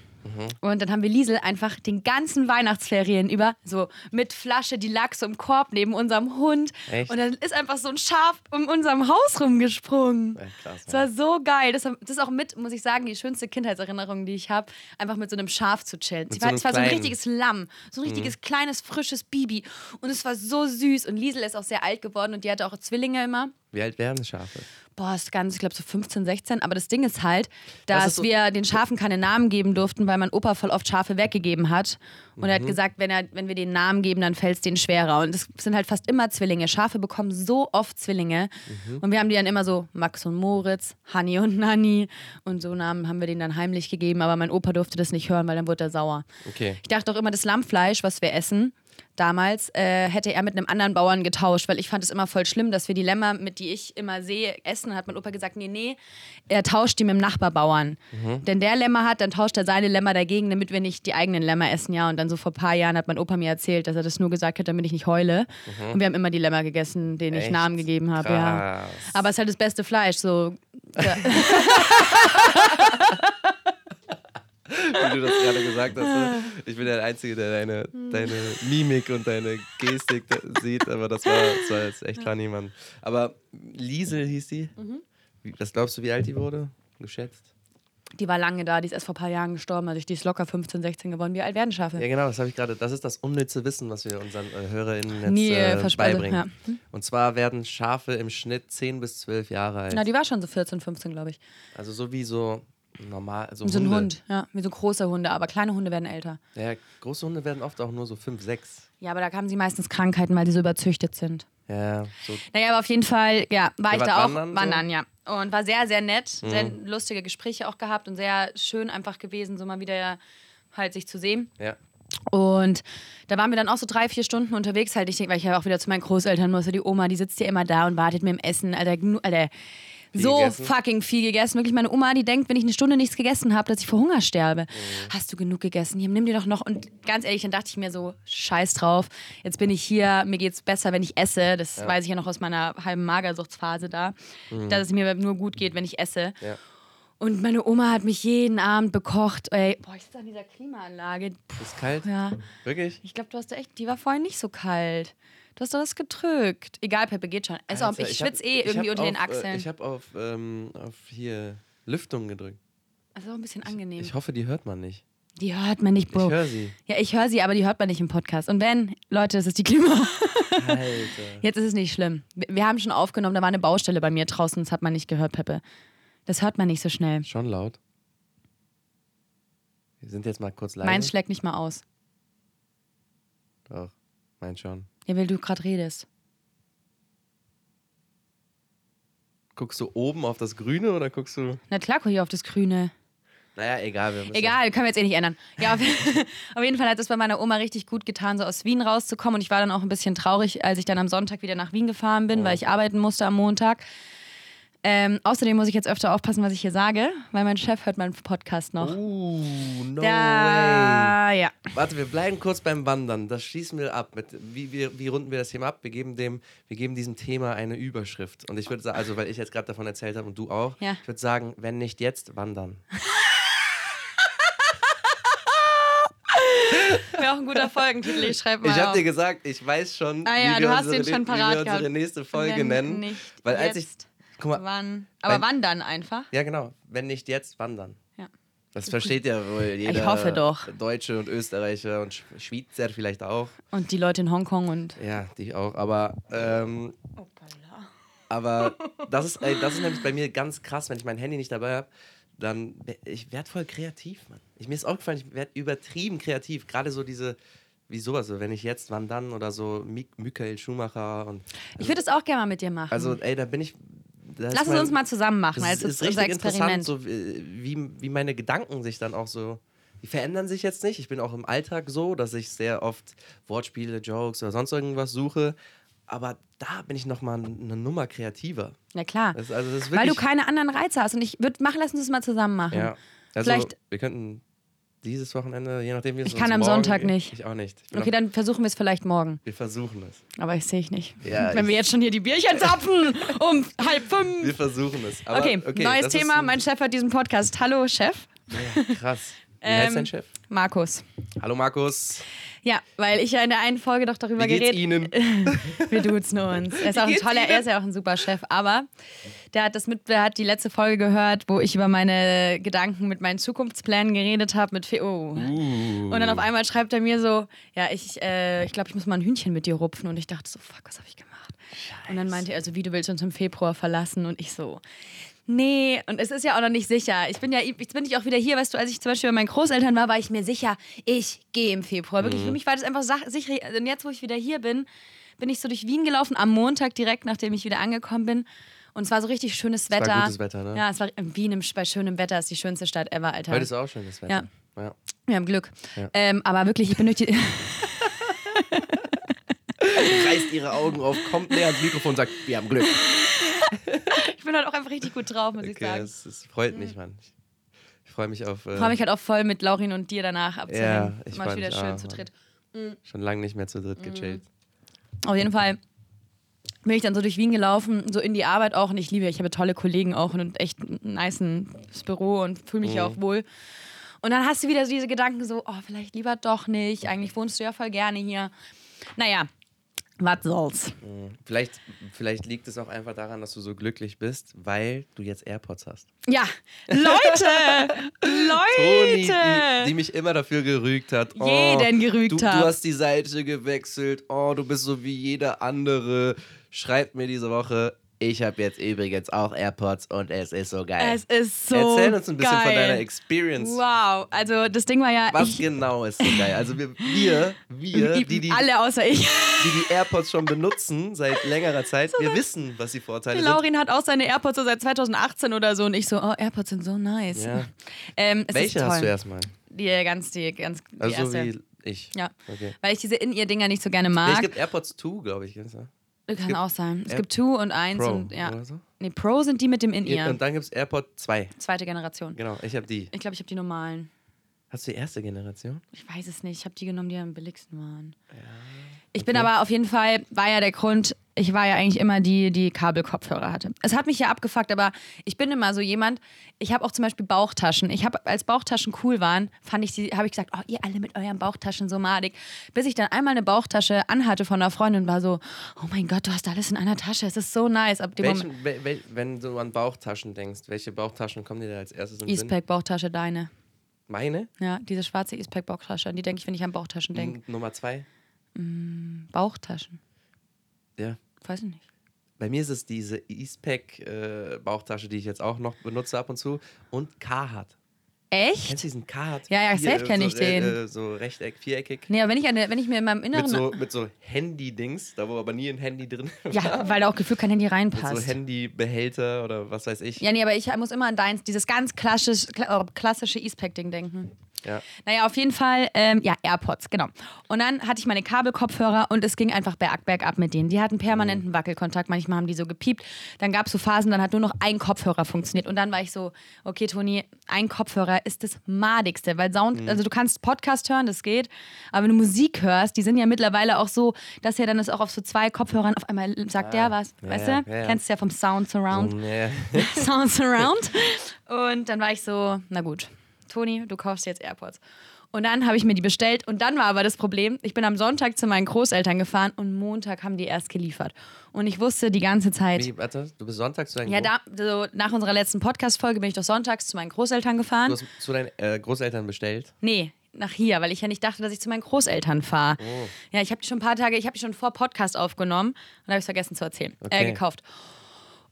S2: Und dann haben wir Liesel einfach den ganzen Weihnachtsferien über so mit Flasche, die lag so im Korb neben unserem Hund.
S1: Echt?
S2: Und dann ist einfach so ein Schaf um unserem Haus rumgesprungen.
S1: Ja, krass,
S2: das war so geil. Das, das ist auch mit, muss ich sagen, die schönste Kindheitserinnerung, die ich habe, einfach mit so einem Schaf zu chillen. Es
S1: so
S2: war,
S1: einem
S2: es war so ein
S1: kleinen. Mhm.
S2: richtiges Lamm, so ein richtiges kleines, frisches Bibi. Und es war so süß. Und Liesel ist auch sehr alt geworden und die hatte auch Zwillinge immer.
S1: Wie alt werden Schafe?
S2: Boah, ist ganz, ich glaube so 15, 16. Aber das Ding ist halt,
S1: Das
S2: dass
S1: ist so-
S2: wir den Schafen keine Namen geben durften, weil mein Opa voll oft Schafe weggegeben hat. Und er
S1: Mhm.
S2: hat gesagt, wenn, er, wenn wir den Namen geben, dann fällt es denen schwerer. Und es sind halt fast immer Zwillinge. Schafe bekommen so oft Zwillinge.
S1: Mhm.
S2: Und wir haben die dann immer so Max und Moritz, Hanni und Nanni. Und so Namen haben wir denen dann heimlich gegeben. Aber mein Opa durfte das nicht hören, weil dann wurde er sauer.
S1: Okay.
S2: Ich dachte auch immer, das Lammfleisch, was wir essen, damals, äh, hätte er mit einem anderen Bauern getauscht, weil ich fand es immer voll schlimm, dass wir die Lämmer, mit die ich immer sehe, essen. Dann hat mein Opa gesagt, nee, nee, er tauscht die mit dem Nachbarbauern.
S1: Mhm.
S2: Denn der Lämmer hat, dann tauscht er seine Lämmer dagegen, damit wir nicht die eigenen Lämmer essen, ja. Und dann so vor ein paar Jahren hat mein Opa mir erzählt, dass er das nur gesagt hat, damit ich nicht heule. Und wir haben immer die Lämmer gegessen, denen
S1: Mhm.
S2: ich
S1: Echt?
S2: Namen gegeben habe, ja.
S1: Krass.
S2: Aber es ist halt das beste Fleisch, so. Ja.
S1: Wie du das gerade gesagt hast. ne? Ich bin der Einzige, der deine,
S2: Hm.
S1: deine Mimik und deine Gestik da- sieht, aber das war, das war jetzt echt klar niemand.
S2: Mhm.
S1: Aber Liesel hieß die. Wie- Was glaubst du, wie alt die wurde? Geschätzt?
S2: Die war lange da, die ist erst vor ein paar Jahren gestorben. Also die ist locker 15, 16 geworden. Wie alt werden Schafe?
S1: Ja, genau, das habe ich gerade. Das ist das unnütze Wissen, was wir unseren äh, HörerInnen jetzt
S2: Nee,
S1: äh,
S2: verspeise,
S1: beibringen. Und zwar werden Schafe im Schnitt 10 bis 12 Jahre alt.
S2: Na, die war schon so 14, 15, glaube ich.
S1: also so wie so normal. So,
S2: So ein
S1: Hunde.
S2: Hund, ja. Wie so große Hunde, aber kleine Hunde werden älter.
S1: Ja, große Hunde werden oft auch nur so 5, 6.
S2: Ja, aber da haben sie meistens Krankheiten, weil die so überzüchtet sind.
S1: Ja, so
S2: Naja, aber auf jeden Fall, ja, war
S1: Ihr
S2: ich
S1: wart
S2: da auch
S1: wandern so? Mhm.
S2: wandern, ja. Und war sehr, sehr nett, sehr lustige Gespräche auch gehabt und sehr schön einfach gewesen, so mal wieder halt sich zu sehen.
S1: Ja.
S2: Und da waren wir dann auch so drei, vier Stunden unterwegs, halt, ich denk, weil ich ja auch wieder zu meinen Großeltern musste. Die Oma, die sitzt ja immer da und wartet mit dem Essen. Alter, gnu- Alter so
S1: gegessen?
S2: fucking viel gegessen. Wirklich, meine Oma, die denkt, wenn ich eine Stunde nichts gegessen habe, dass ich vor Hunger sterbe.
S1: Mhm.
S2: Hast du genug gegessen? Hier, nimm dir doch noch. Und ganz ehrlich, dann dachte ich mir so, scheiß drauf. Jetzt bin ich hier, mir geht's besser, wenn ich esse. Das weiß ich ja noch aus meiner halben Magersuchtsphase da, dass es mir nur gut geht, wenn ich esse.
S1: Mhm. Ja.
S2: Und meine Oma hat mich jeden Abend bekocht. Ey, boah, ich sitze an dieser Klimaanlage. Puh,
S1: ist kalt.
S2: ja.
S1: Wirklich?
S2: Ich glaube, du hast da echt, die war vorhin nicht so kalt. Du hast da was gedrückt. Egal, Peppe, geht schon. Also,
S1: Alter,
S2: ich schwitze
S1: hab-
S2: eh
S1: ich
S2: irgendwie
S1: hab
S2: unter den
S1: auf, äh,
S2: Achseln.
S1: Ich habe auf, ähm, auf hier Lüftung gedrückt.
S2: also auch ein bisschen angenehm.
S1: Ich hoffe, die hört man nicht.
S2: die hört man nicht,
S1: Ich
S2: Bro.
S1: höre sie.
S2: ja, ich höre sie, aber die hört man nicht im Podcast. Und wenn, Leute, das ist die Klima.
S1: Alter.
S2: Jetzt ist es nicht schlimm. Wir, wir haben schon aufgenommen, da war eine Baustelle bei mir draußen, das hat man nicht gehört, Peppe. Das hört man nicht so schnell.
S1: Schon laut. Wir sind jetzt mal kurz leise.
S2: Meins schlägt nicht mal aus.
S1: Doch, mein schon.
S2: Ja, weil du gerade redest.
S1: Guckst du oben auf das Grüne oder guckst du.
S2: Na klar, guck hier auf das Grüne.
S1: Naja, egal. Wir müssen
S2: Egal, können wir jetzt eh nicht ändern. Ja, auf, auf jeden Fall hat es bei meiner Oma richtig gut getan, so aus Wien rauszukommen. Und ich war dann auch ein bisschen traurig, als ich dann am Sonntag wieder nach Wien gefahren bin, weil ich arbeiten musste am Montag. Ähm, außerdem muss ich jetzt öfter aufpassen, was ich hier sage, weil mein Chef hört meinen Podcast noch.
S1: Uh, no way.
S2: da, ja.
S1: Warte, wir bleiben kurz beim Wandern. Das schließen wir ab. Mit, wie, wie, wie runden wir das Thema ab? Wir geben, dem, wir geben diesem Thema eine Überschrift. Und ich würde sagen, also weil ich jetzt gerade davon erzählt habe und du auch,
S2: Ja.
S1: ich würde sagen, wenn nicht jetzt, wandern.
S2: Wäre auch ein guter Folgentitel, ich schreibe mal
S1: Ich habe
S2: auf.
S1: dir gesagt, ich weiß schon,
S2: Ah ja,
S1: wie,
S2: du
S1: wir
S2: hast
S1: unsere,
S2: den schon
S1: wie
S2: parat
S1: wir unsere
S2: gehabt.
S1: nächste Folge
S2: Wenn
S1: nennen.
S2: nicht
S1: weil als ich.
S2: jetzt,
S1: Guck mal,
S2: Wann? Aber
S1: Wenn-
S2: wandern einfach.
S1: ja genau, wenn nicht jetzt, wandern.
S2: Ja.
S1: Das versteht ja wohl jeder
S2: hoffe doch.
S1: Deutsche und Österreicher und Sch- Schweizer vielleicht auch.
S2: Und die Leute in Hongkong und.
S1: Ja, dich auch. Aber, ähm, aber das, ist, ey, das ist nämlich bei mir ganz krass, wenn ich mein Handy nicht dabei habe, dann we- ich werd voll kreativ, Mann. Ich, mir ist aufgefallen, ich werd übertrieben kreativ. Gerade so diese, wie sowas, so, wenn ich jetzt, wann dann oder so Mik Michael Schumacher und.
S2: Ich würde es auch gerne mal mit dir machen.
S1: Also, ey, da bin ich. da ist
S2: Hm. Lass es
S1: mein-
S2: uns mal zusammen machen,
S1: Das
S2: weil es
S1: ist,
S2: ist
S1: ist
S2: unser
S1: richtig
S2: Experiment.
S1: interessant, so wie, wie- wie meine Gedanken sich dann auch so. Die verändern sich jetzt nicht. Ich bin auch im Alltag so, dass ich sehr oft Wortspiele, Jokes oder sonst irgendwas suche. Aber da bin ich nochmal eine Nummer kreativer.
S2: Na klar.
S1: Das, ist- also das ist
S2: Weil
S1: wirklich,
S2: du keine anderen Reize hast. Und ich würde machen, lass uns das mal zusammen machen.
S1: Ja. Also,
S2: Vielleicht-
S1: wir könnten dieses Wochenende, je nachdem, wie es
S2: Ich
S1: uns
S2: kann am
S1: morgen
S2: Sonntag
S1: geht-
S2: nicht.
S1: Ich auch nicht. Ich bin
S2: Okay,
S1: noch,
S2: dann versuchen wir es vielleicht morgen.
S1: wir versuchen es.
S2: Aber ich sehe ich nicht.
S1: Ja,
S2: Wenn
S1: ich-
S2: wir jetzt schon hier die Bierchen zapfen um halb
S1: Wir
S2: fünf.
S1: versuchen es. Aber,
S2: Okay, neues
S1: das ist
S2: Thema.
S1: ein-
S2: Mein Chef hat diesen Podcast. Hallo, Chef.
S1: Ja, krass. Wie
S2: Ähm,
S1: heißt dein Chef?
S2: Markus.
S1: Hallo Markus.
S2: Ja, weil ich ja in der einen Folge doch darüber
S1: Wie geht's
S2: geredet
S1: Ihnen?
S2: Wir duzen uns. Er ist auch ein
S1: geht's
S2: toller, er ist ja auch ein super Chef, aber der hat das mit, der hat die letzte Folge gehört, wo ich über meine Gedanken mit meinen Zukunftsplänen geredet habe mit Fe oh. Und dann auf einmal schreibt er mir so, ja, ich, äh, ich glaube, ich muss mal ein Hühnchen mit dir rupfen. Und ich dachte so, fuck, was habe ich gemacht? Und dann meinte er so, wie du willst uns im Februar verlassen und ich so. Nee, und es ist ja auch noch nicht sicher. Ich bin ja, jetzt bin ich auch wieder hier, weißt du, als ich zum Beispiel bei meinen Großeltern war, war ich mir sicher, ich gehe im Februar. Wirklich,
S1: Mhm.
S2: für mich war das einfach sach- sicher. Und jetzt, wo ich wieder hier bin, bin ich so durch Wien gelaufen, am Montag direkt, nachdem ich wieder angekommen bin. Und es war so richtig schönes
S1: war
S2: Wetter.
S1: gutes Wetter, ne?
S2: Ja, es war in Wien im, bei schönem Wetter, ist die schönste Stadt ever, Alter.
S1: Heute ist auch schönes Wetter. ja.
S2: Wir haben Glück.
S1: Ja.
S2: Ähm, aber wirklich, ich bin durch die.
S1: reißt ihre Augen auf, kommt näher ans Mikrofon und sagt, wir haben Glück.
S2: ich bin halt auch einfach richtig gut drauf, muss ich
S1: Okay, also
S2: sagen.
S1: es, es freut mich, Mann. Ich, ich freue mich auf. Äh,
S2: freue mich halt auch voll mit Laurin und dir danach
S1: Ja,
S2: abzuhängen.
S1: ich
S2: Mal
S1: freue
S2: wieder
S1: mich
S2: schön
S1: auch,
S2: zu
S1: Mann.
S2: dritt.
S1: Schon lange nicht mehr zu dritt gechillt.
S2: Mhm. Auf jeden Fall bin ich dann so durch Wien gelaufen, so in die Arbeit auch. Und ich liebe, ich habe tolle Kollegen auch und echt ein nices Büro und fühle mich ja
S1: Mhm.
S2: auch wohl. Und dann hast du wieder so diese Gedanken so, oh, vielleicht lieber doch nicht. Eigentlich wohnst du ja voll gerne hier. Naja, Was soll's?
S1: Vielleicht, vielleicht liegt es auch einfach daran, dass du so glücklich bist, weil du jetzt AirPods hast.
S2: Ja, Leute!
S1: Toni,
S2: Leute!
S1: die, die mich immer dafür gerügt hat. Oh,
S2: Jeden gerügt
S1: du,
S2: hab.
S1: Du hast die Seite gewechselt. Oh, du bist so wie jeder andere. Schreibt mir diese Woche. Ich habe jetzt übrigens auch AirPods und es ist so geil.
S2: es ist so
S1: Erzähl uns ein bisschen
S2: geil.
S1: von deiner Experience.
S2: Wow, also das Ding war ja.
S1: Was
S2: ich,
S1: genau ist so geil? Also wir, wir, wir die, die,
S2: alle außer ich.
S1: die die AirPods schon benutzen seit längerer Zeit, wir wissen, was die Vorteile sind.
S2: Laurin hat auch seine AirPods so seit 2018 oder so und ich so, oh, AirPods sind so nice.
S1: Ja.
S2: Ähm, es ist
S1: Welche
S2: toll.
S1: hast du erstmal?
S2: Die äh, ganz, die ganz, die
S1: Also so
S2: erste.
S1: wie ich.
S2: ja.
S1: Okay.
S2: Weil ich diese In-Ear-Dinger nicht so gerne
S1: Nee, es
S2: mag.
S1: gibt AirPods 2, glaube ich. gibt's, ne?
S2: Kann
S1: gibt-
S2: auch sein. Es
S1: Air-
S2: gibt Two und Eins
S1: Pro
S2: und ja.
S1: oder so?
S2: Nee, Pro sind die mit dem In-Ear.
S1: Und dann gibt es AirPod 2.
S2: Zweite Generation.
S1: Genau, ich habe die.
S2: Ich glaube, ich habe die normalen.
S1: Hast du die erste Generation?
S2: Ich weiß es nicht. Ich habe die genommen, die am billigsten waren. Ich bin aber auf jeden Fall, war ja der Grund, ich war ja eigentlich immer die, die Kabelkopfhörer hatte. Es hat mich ja abgefuckt, aber ich bin immer so jemand, ich habe auch zum Beispiel Bauchtaschen. Ich habe, als Bauchtaschen cool waren, fand ich die, habe ich gesagt, oh, ihr alle mit euren Bauchtaschen so madig. Bis ich dann einmal eine Bauchtasche anhatte von einer Freundin und war so, oh mein Gott, du hast alles in einer Tasche, es ist so nice. Ab dem Moment.
S1: Welchen, wel, wel, wenn du an Bauchtaschen denkst, welche Bauchtaschen kommen dir da als erstes in den Sinn?
S2: Eastpack-Bauchtasche, deine.
S1: Meine?
S2: Ja, diese schwarze Eastpack-Bauchtasche, an die denke ich, wenn ich an Bauchtaschen denke.
S1: N Nummer 2?
S2: Bauchtaschen,
S1: Ja.
S2: weiß ich nicht.
S1: Bei mir ist es diese Eastpack-Bauchtasche, die ich jetzt auch noch benutze ab und zu. Und Carhartt.
S2: Echt?
S1: Kennst du diesen Carhartt?
S2: Ja, ja,
S1: Hier,
S2: safe
S1: äh,
S2: kenn
S1: so,
S2: ich den. Genau, ne?
S1: Äh, so rechteck, viereckig.
S2: Nee, aber wenn ich, eine, wenn ich mir in meinem
S1: Mit
S2: Inneren.
S1: so, mit so Handy-Dings, da wo aber nie ein Handy drin
S2: ja, weil da auch gefühlt kein Handy
S1: So
S2: reinpasst.
S1: Handybehälter oder was weiß ich.
S2: ja, nee, aber ich muss immer an deins, dieses ganz klassisch, kla- äh, klassische Eastpack-Ding denken.
S1: Ja.
S2: Naja, auf jeden Fall, ähm, ja, AirPods, genau. Und dann hatte ich meine Kabelkopfhörer und es ging einfach berg, bergab mit denen. Die hatten
S1: Oh.
S2: permanenten Wackelkontakt, manchmal haben die so gepiept. Dann gab es so Phasen, dann hat nur noch ein Kopfhörer funktioniert. Und dann war ich so, okay, Toni, ein Kopfhörer ist das madigste, weil Sound,
S1: Mhm.
S2: also du kannst Podcast hören, das geht, aber wenn du Musik hörst, die sind ja mittlerweile auch so, dass ja dann das auch auf so zwei Kopfhörern auf einmal sagt der was,
S1: Ja,
S2: weißt
S1: ja,
S2: du?
S1: ja, ja.
S2: Kennst du ja vom Sound Surround.
S1: Nee.
S2: Sound Surround. Und dann war ich so, na gut, Toni, du kaufst jetzt AirPods. Und dann habe ich mir die bestellt und dann war aber das Problem, ich bin am Sonntag zu meinen Großeltern gefahren und Montag haben die erst geliefert. Und ich wusste die ganze Zeit,
S1: Wie, warte, du bist sonntags zu deinen,
S2: ja,
S1: Gro
S2: da, so nach unserer letzten Podcast-Folge bin ich doch sonntags zu meinen Großeltern
S1: du
S2: gefahren.
S1: hast zu deinen äh, Großeltern bestellt.
S2: Nee, nach hier, weil ich ja nicht dachte, dass ich zu meinen Großeltern fahre. Ja, ich habe die schon ein paar Tage, ich habe die schon vor Podcast aufgenommen und habe es vergessen zu erzählen, äh,
S1: Okay.
S2: gekauft.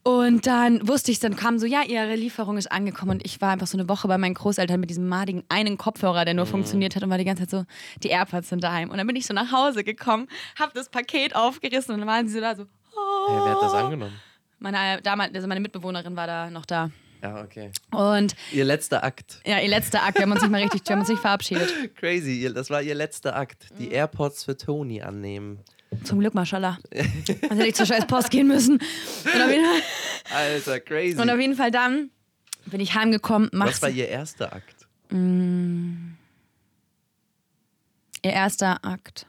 S2: Und dann wusste ich, dann kam so, ja, ihre Lieferung ist angekommen und ich war einfach so eine Woche bei meinen Großeltern mit diesem madigen einen Kopfhörer, der nur funktioniert hat und war die ganze Zeit so, die AirPods sind daheim. Und dann bin ich so nach Hause gekommen, habe das Paket aufgerissen und dann waren sie so da so,
S1: Hä,
S2: oh.
S1: wer hat das angenommen?
S2: meine, damals, also meine Mitbewohnerin war da noch da.
S1: Ja, okay.
S2: Und
S1: Ihr letzter Akt.
S2: ja, ihr letzter Akt, wir haben uns nicht mal richtig, wir haben uns nicht verabschiedet.
S1: Crazy, ihr, das war ihr letzter Akt. Die
S2: Mhm.
S1: AirPods für Toni annehmen.
S2: Zum Glück, Maschallah. Also hätte ich zur scheiß Post gehen müssen. Und auf jeden Fall,
S1: Alter, crazy.
S2: und auf jeden Fall dann bin ich heimgekommen,
S1: Was
S2: mach's
S1: war
S2: ihr
S1: ihr erster Akt?
S2: erster Akt.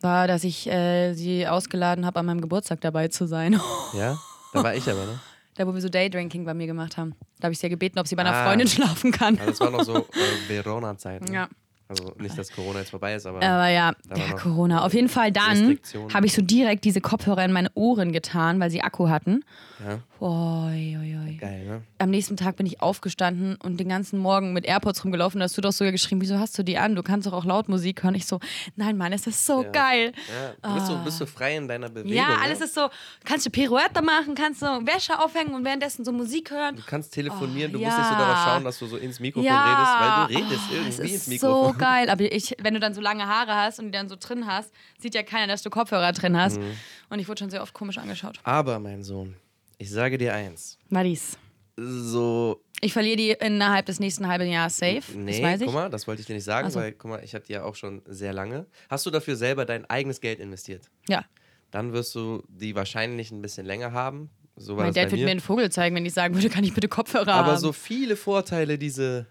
S2: War, dass ich äh, sie ausgeladen habe, an meinem Geburtstag dabei zu sein.
S1: Ja? Da war ich aber, ne?
S2: da, wo wir so Daydrinking bei mir gemacht haben. Da habe ich sie ja gebeten, ob sie bei einer
S1: Ah.
S2: Freundin schlafen kann.
S1: Also das war noch so äh, Verona-Zeit. Ne?
S2: Ja.
S1: Also nicht, dass Corona jetzt vorbei ist, aber
S2: Aber ja,
S1: Da war
S2: ja,
S1: noch
S2: Corona. Auf jeden Fall dann
S1: Restriktionen.
S2: habe ich so direkt diese Kopfhörer in meine Ohren getan, weil sie Akku hatten.
S1: Ja.
S2: Oi, oi, oi.
S1: geil, ne?
S2: am nächsten Tag bin ich aufgestanden und den ganzen Morgen mit AirPods rumgelaufen. Da hast du doch sogar geschrieben, wieso hast du die an? Du kannst doch auch laut Musik hören. Ich so, nein, Mann, es ist so
S1: Ja.
S2: geil.
S1: Ja,
S2: Ah.
S1: du bist, so, bist so frei in deiner Bewegung.
S2: Ja, alles
S1: ne?
S2: ist so, kannst du Pirouette machen, kannst du Wäsche aufhängen und währenddessen so Musik hören.
S1: Du kannst telefonieren,
S2: Oh,
S1: du musst nicht so
S2: ja.
S1: darauf schauen, dass du so ins Mikrofon
S2: Ja,
S1: redest, weil du redest
S2: Oh, es
S1: irgendwie ins
S2: ist
S1: Mikrofon.
S2: so geil. Aber ich, wenn du dann so lange Haare hast und die dann so drin hast, sieht ja keiner, dass du Kopfhörer drin hast.
S1: Mhm.
S2: Und ich wurde schon sehr oft komisch angeschaut.
S1: Aber, mein Sohn, ich sage dir eins.
S2: Maris.
S1: So,
S2: Ich verliere die innerhalb des nächsten halben Jahres safe. das
S1: nee,
S2: weiß ich. Also.
S1: guck mal, das wollte ich dir nicht sagen,
S2: Ach so.
S1: weil, guck mal, ich habe die ja auch schon sehr lange. Hast du dafür selber dein eigenes Geld investiert?
S2: Ja.
S1: Dann wirst du die wahrscheinlich ein bisschen länger haben. So war
S2: Mein
S1: das
S2: Dad
S1: bei
S2: würde
S1: mir.
S2: mir einen Vogel zeigen, wenn ich sagen würde, kann ich bitte Kopfhörer haben.
S1: Aber so viele Vorteile diese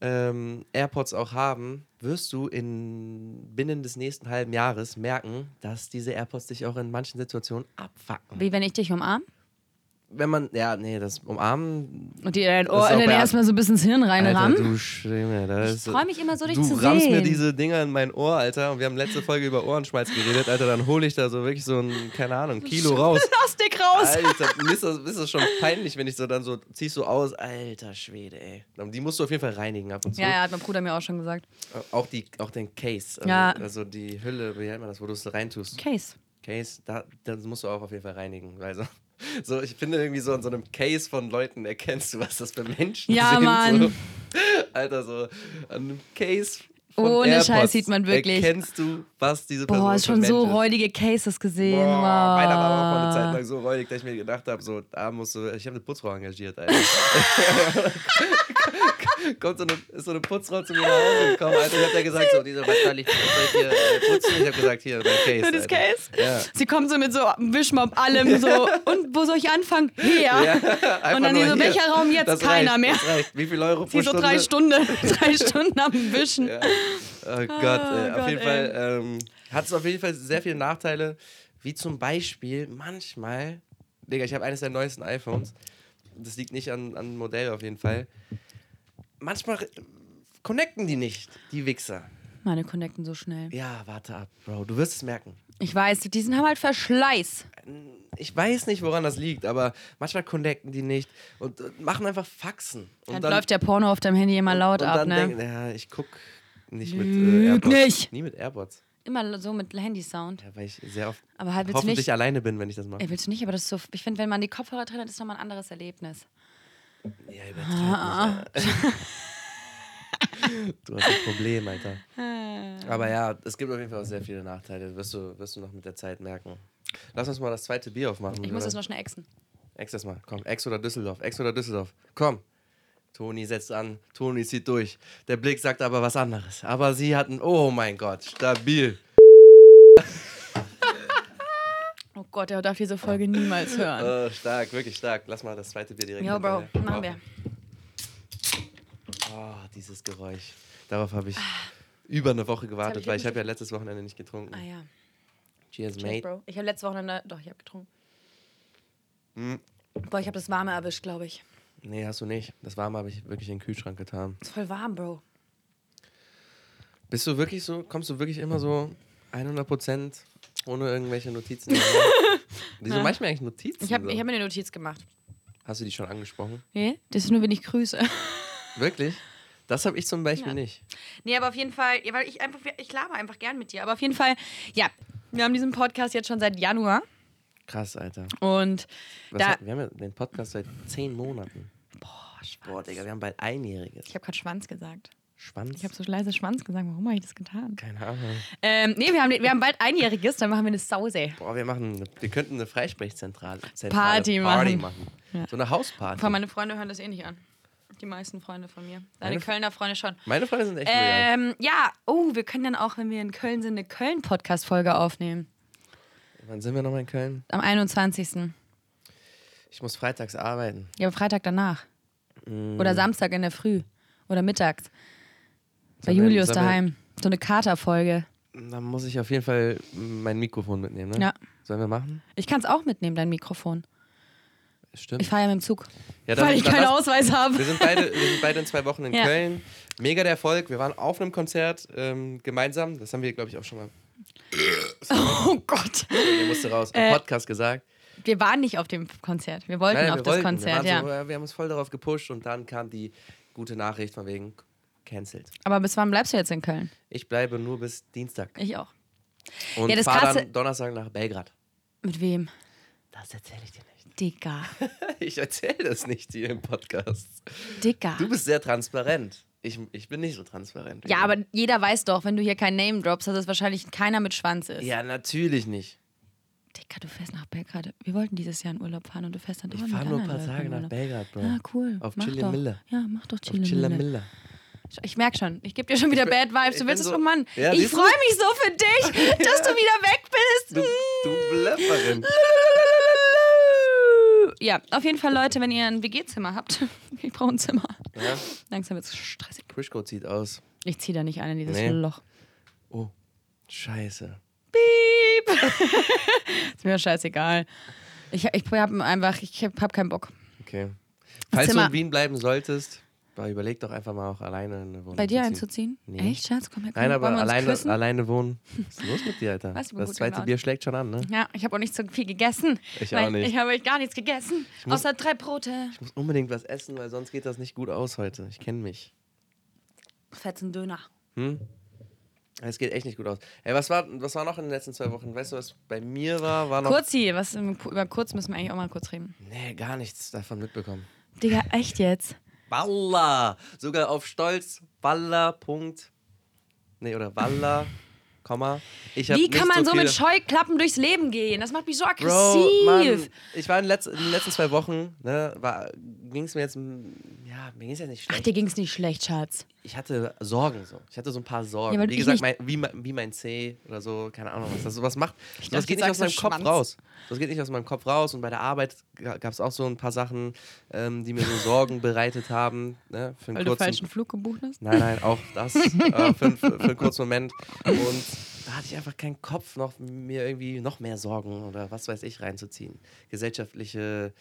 S1: ähm, AirPods auch haben, wirst du in binnen des nächsten halben Jahres merken, dass diese AirPods dich auch in manchen Situationen abfacken.
S2: Wie wenn ich dich umarm?
S1: wenn man, ja, nee, das Umarmen,
S2: Und die dein
S1: Das
S2: Ohr
S1: ist auch
S2: in
S1: bei-
S2: dann erstmal so ein bisschen ins Hirn
S1: Alter,
S2: reinrammen.
S1: du Schlinge, das
S2: Ich freu mich immer so, dich
S1: du
S2: zu
S1: rammst mir
S2: sehen.
S1: diese Dinger in mein Ohr, Alter, und wir haben letzte Folge über Ohrenschmalz geredet, Alter, dann hole ich da so wirklich so ein, keine Ahnung, Kilo raus.
S2: Plastik raus.
S1: Alter, mir ist das, mir ist das schon peinlich, wenn ich so dann so, ziehst so aus, alter Schwede, ey. Die musst du auf jeden Fall reinigen ab und zu.
S2: Ja, ja, hat mein Bruder mir auch schon gesagt.
S1: Äh, Auch, die, auch den Case, also,
S2: Ja.
S1: also die Hülle, wie nennt man das, wo du es reintust.
S2: Case.
S1: Case, da, das musst du auch auf jeden Fall reinigen, weil so, so ich finde irgendwie so an so einem Case von Leuten erkennst du, was das für Menschen
S2: Ja,
S1: sind. So.
S2: Mann.
S1: Alter, so an einem Case von
S2: Ohne
S1: AirPods
S2: Scheiß sieht man wirklich.
S1: Erkennst du, was diese Person
S2: Boah,
S1: für
S2: ist schon so
S1: Mensch ist.
S2: räudige Cases gesehen.
S1: Boah,
S2: wow.
S1: meiner war aber auch mal eine Zeit lang so räudig, dass ich mir gedacht habe, so, da musst du, ich habe eine Putzfrau engagiert, Alter. Kommt so eine, ist so eine Putzfrau zu mir nach Hause gekommen, Alter. Ich hab da gesagt, so, diese, was soll ich, was soll ich hier äh, putzen? Ich habe gesagt, hier, mein Case.
S2: Für das
S1: Alter.
S2: Case?
S1: Ja.
S2: Sie kommen so mit so Wischmob allem so. Und wo soll ich anfangen? Hier.
S1: einfach
S2: Und dann die
S1: nur
S2: so,
S1: hier.
S2: welcher Raum jetzt?
S1: Das
S2: Keiner
S1: reicht,
S2: mehr.
S1: Das reicht. Wie viel Euro pro
S2: Sie so
S1: Stunde?
S2: drei Stunden, drei Stunden am Wischen.
S1: Ja. Oh Gott, ey. auf
S2: Gott,
S1: jeden
S2: ey.
S1: Fall ähm, hat es auf jeden Fall sehr viele Nachteile, wie zum Beispiel manchmal, Digga, ich habe eines der neuesten iPhones, das liegt nicht an, an Modell auf jeden Fall, manchmal äh, connecten die nicht, die Wichser.
S2: Meine connecten so schnell.
S1: Ja, warte ab, Bro, du wirst es merken.
S2: Ich weiß, die sind haben halt Verschleiß.
S1: Ich weiß nicht, woran das liegt, aber manchmal connecten die nicht und äh, machen einfach Faxen. Und
S2: Dann, läuft der Porno auf deinem Handy immer laut
S1: und
S2: ab,
S1: dann
S2: ne?
S1: denken, ja, ich guck nicht mit äh,
S2: Lüg
S1: AirPods.
S2: nicht.
S1: Nie mit AirPods.
S2: Immer so mit Handysound.
S1: Ja, weil ich sehr oft
S2: Aber halt willst du
S1: hoffentlich
S2: nicht.
S1: alleine bin, wenn ich das mache.
S2: Ey, willst du nicht, aber das ist so. Ich finde, wenn man die Kopfhörer drin hat, ist nochmal ein anderes Erlebnis.
S1: Ja, übertreib nicht. Du hast ein Problem, Alter. Aber ja, es gibt auf jeden Fall auch sehr viele Nachteile. Wirst du, wirst du noch mit der Zeit merken. Lass uns mal das zweite Bier aufmachen.
S2: Ich muss
S1: oder?
S2: das noch schnell exen.
S1: Ex das mal. Komm, Ex oder Düsseldorf. Ex oder Düsseldorf. Komm. Toni setzt an. Toni zieht durch. Der Blick sagt aber was anderes. Aber sie hatten. Oh mein Gott, stabil.
S2: Oh Gott, er darf diese Folge niemals hören.
S1: Oh, stark, wirklich stark. Lass mal das zweite Bier direkt.
S2: Jo, Bro,
S1: hinterher.
S2: machen wir.
S1: Oh, dieses Geräusch. Darauf habe ich über eine Woche gewartet,
S2: Ah. ich
S1: weil ich
S2: wirklich
S1: habe ja letztes Wochenende nicht getrunken.
S2: Ah ja.
S1: Cheers,
S2: Cheers,
S1: mate.
S2: Bro. Ich habe letzte Wochenende. Doch, ich habe getrunken.
S1: Hm.
S2: Boah, ich habe das Warme erwischt, glaube ich.
S1: Nee, hast du nicht. Das Warme habe ich wirklich in den Kühlschrank getan.
S2: Ist voll warm, Bro.
S1: Bist du wirklich so, kommst du wirklich immer so 100 Prozent ohne irgendwelche Notizen? Wieso mach ich mir eigentlich Notizen?
S2: Ich habe
S1: so?
S2: ich hab mir eine Notiz gemacht.
S1: hast du die schon angesprochen?
S2: Nee, das ist nur, wenn ich grüße.
S1: Wirklich? Das habe ich zum Beispiel nicht.
S2: Nee, aber auf jeden Fall, ja, weil ich einfach, ich laber einfach gern mit dir. Aber auf jeden Fall, ja, wir haben diesen Podcast jetzt schon seit Januar
S1: Krass, Alter.
S2: und
S1: Was
S2: da.
S1: hat, wir haben ja den Podcast seit zehn Monaten.
S2: Boah, Schwanz.
S1: Boah, Digga, wir haben bald einjähriges.
S2: Ich habe gerade Schwanz gesagt.
S1: Schwanz.
S2: Ich habe so leise Schwanz gesagt. Warum habe ich das getan?
S1: Keine Ahnung.
S2: Ähm, nee, wir haben, wir haben bald einjähriges, dann machen wir eine Sause.
S1: Boah, wir machen, eine- wir könnten eine Freisprechzentrale zentrale
S2: Party
S1: Party
S2: machen.
S1: machen. So eine Hausparty.
S2: Vor meine Freunde hören das eh nicht an. Die meisten Freunde von mir. Deine
S1: Meine-
S2: Kölner Freunde schon.
S1: Meine Freunde sind echt loyal.
S2: Ähm, ja, oh, wir können dann auch, wenn wir in Köln sind, eine Köln-Podcast-Folge aufnehmen.
S1: Wann sind wir nochmal in Köln?
S2: Am 21.
S1: Ich muss freitags arbeiten.
S2: Ja, aber Freitag danach.
S1: Mm.
S2: Oder Samstag in der Früh. Oder mittags. Bei
S1: Sollen wir-
S2: Julius
S1: sollen wir-
S2: daheim. So eine Katerfolge.
S1: Dann muss ich auf jeden Fall mein Mikrofon mitnehmen, ne?
S2: Ja.
S1: Sollen wir machen?
S2: Ich kann es auch mitnehmen, dein Mikrofon.
S1: Stimmt.
S2: Ich fahre ja mit dem Zug.
S1: ja, dann-
S2: weil ich
S1: dann
S2: keinen
S1: lass-
S2: Ausweis
S1: Wir
S2: habe.
S1: sind, beide, wir sind beide in zwei Wochen in
S2: Ja.
S1: Köln. Mega der Erfolg. Wir waren auf einem Konzert ähm, gemeinsam. Das haben wir, glaube ich, auch schon mal.
S2: Oh Gott.
S1: Ihr musste raus. Im Podcast gesagt.
S2: Äh, Wir waren nicht auf dem Konzert. Wir wollten
S1: Nein,
S2: auf
S1: wir
S2: das
S1: wollten.
S2: Konzert,
S1: wir,
S2: ja.
S1: waren so, äh, wir haben uns voll darauf gepusht und dann kam die gute Nachricht von wegen cancelled.
S2: Aber bis wann bleibst du jetzt in Köln?
S1: Ich bleibe nur bis Dienstag.
S2: Ich auch.
S1: Und
S2: Ja, das
S1: fahr
S2: Krasse-
S1: dann Donnerstag nach Belgrad.
S2: Mit wem?
S1: Das erzähle ich dir nicht.
S2: Digga.
S1: Ich erzähle das nicht hier im Podcast.
S2: Digga.
S1: Du bist sehr transparent. Ich, ich bin nicht so transparent. wie
S2: Ja,
S1: du.
S2: aber jeder weiß doch, wenn du hier kein Name droppst, dass es wahrscheinlich keiner mit Schwanz ist.
S1: Ja, natürlich nicht.
S2: Digga, du fährst nach Belgrad. Wir wollten dieses Jahr in Urlaub fahren und du fährst Oh, dann
S1: Ich
S2: doch
S1: fahre
S2: mit
S1: nur ein paar
S2: anderen Leuten
S1: Tage
S2: in
S1: nach
S2: Urlaub.
S1: Belgrad, Bro.
S2: Ja, Ah, cool.
S1: Auf
S2: mach
S1: Chilla
S2: doch.
S1: Miller.
S2: Ja, mach doch
S1: Auf
S2: Chilla,
S1: Chilla
S2: Miller.
S1: Miller.
S2: Ich merk schon, ich gebe dir schon wieder
S1: Ich bin-
S2: Bad Vibes.
S1: ich
S2: Du willst
S1: bin
S2: es,
S1: so-
S2: oh Mann.
S1: Ja,
S2: ich
S1: siehst du?
S2: freue mich so für dich, dass du wieder weg bist.
S1: Du, du Blöfferin.
S2: Ja, auf jeden Fall, Leute, wenn ihr ein WG-Zimmer habt, ich brauche ein Zimmer.
S1: Ja.
S2: Langsam wird's stressig.
S1: Pushco zieht aus.
S2: Ich ziehe da nicht ein in dieses
S1: Nee.
S2: Loch.
S1: Oh, scheiße.
S2: Ist mir scheißegal. Ich, ich habe einfach, ich habe keinen Bock.
S1: Okay. Falls du
S2: Zimmer.
S1: in Wien bleiben solltest, mal überleg doch einfach mal auch alleine eine Wohnung.
S2: Bei dir
S1: zu ziehen.
S2: einzuziehen?
S1: Nee.
S2: Echt, Schatz? Komm her, komm,
S1: Nein, aber
S2: wollen wir uns
S1: alleine,
S2: küssen?
S1: alleine wohnen. Was ist los mit dir, Alter?
S2: Weiß, ich bin
S1: das
S2: gut
S1: zweite
S2: gelaunt.
S1: Bier schlägt schon an, ne?
S2: Ja, ich habe auch nicht so viel gegessen.
S1: Ich
S2: weil
S1: auch nicht.
S2: Ich habe echt gar nichts gegessen.
S1: muss-
S2: Außer drei Brote.
S1: Ich muss unbedingt was essen, weil sonst geht das nicht gut aus heute. Ich kenne mich.
S2: Fetzen Döner.
S1: Es geht echt nicht gut aus. Ey, was war, was war noch in den letzten zwei Wochen? Weißt du, was bei mir war? War noch.
S2: Kurzi, was, über Kurz müssen wir eigentlich auch mal kurz reden.
S1: Nee, gar nichts davon mitbekommen.
S2: Digga, echt jetzt?
S1: Walla! Sogar auf Stolz. Walla. Punkt. Nee, oder Walla. Komma. Ich hab
S2: Wie
S1: nicht
S2: kann man so,
S1: viele-
S2: mit Scheuklappen durchs Leben gehen? Das macht mich so aggressiv.
S1: Bro, Mann, ich war in, letz in den letzten zwei Wochen, ne, ging es mir jetzt, mm, ja, mir ging es jetzt nicht
S2: Ach,
S1: schlecht.
S2: dir ging's nicht schlecht, Schatz.
S1: ich hatte Sorgen so. Ich hatte so ein paar Sorgen.
S2: Ja, weil
S1: wie
S2: ich
S1: gesagt, mein,
S2: nicht-
S1: wie, mein- wie mein Zeh oder so, keine Ahnung, was das sowas macht. sowas
S2: dachte,
S1: geht
S2: du
S1: nicht aus meinem
S2: sagst so
S1: Kopf
S2: Schwanz.
S1: raus. Das geht nicht aus meinem Kopf raus. Und bei der Arbeit gab es auch so ein paar Sachen, ähm, die mir so Sorgen bereitet haben. Ne, für einen
S2: Weil du
S1: kurzen
S2: falschen Flug gebucht hast?
S1: Nein, nein, auch das äh, für, für, für einen kurzen Moment. Und da hatte ich einfach keinen Kopf, noch mir irgendwie noch mehr Sorgen oder was weiß ich reinzuziehen. Gesellschaftliche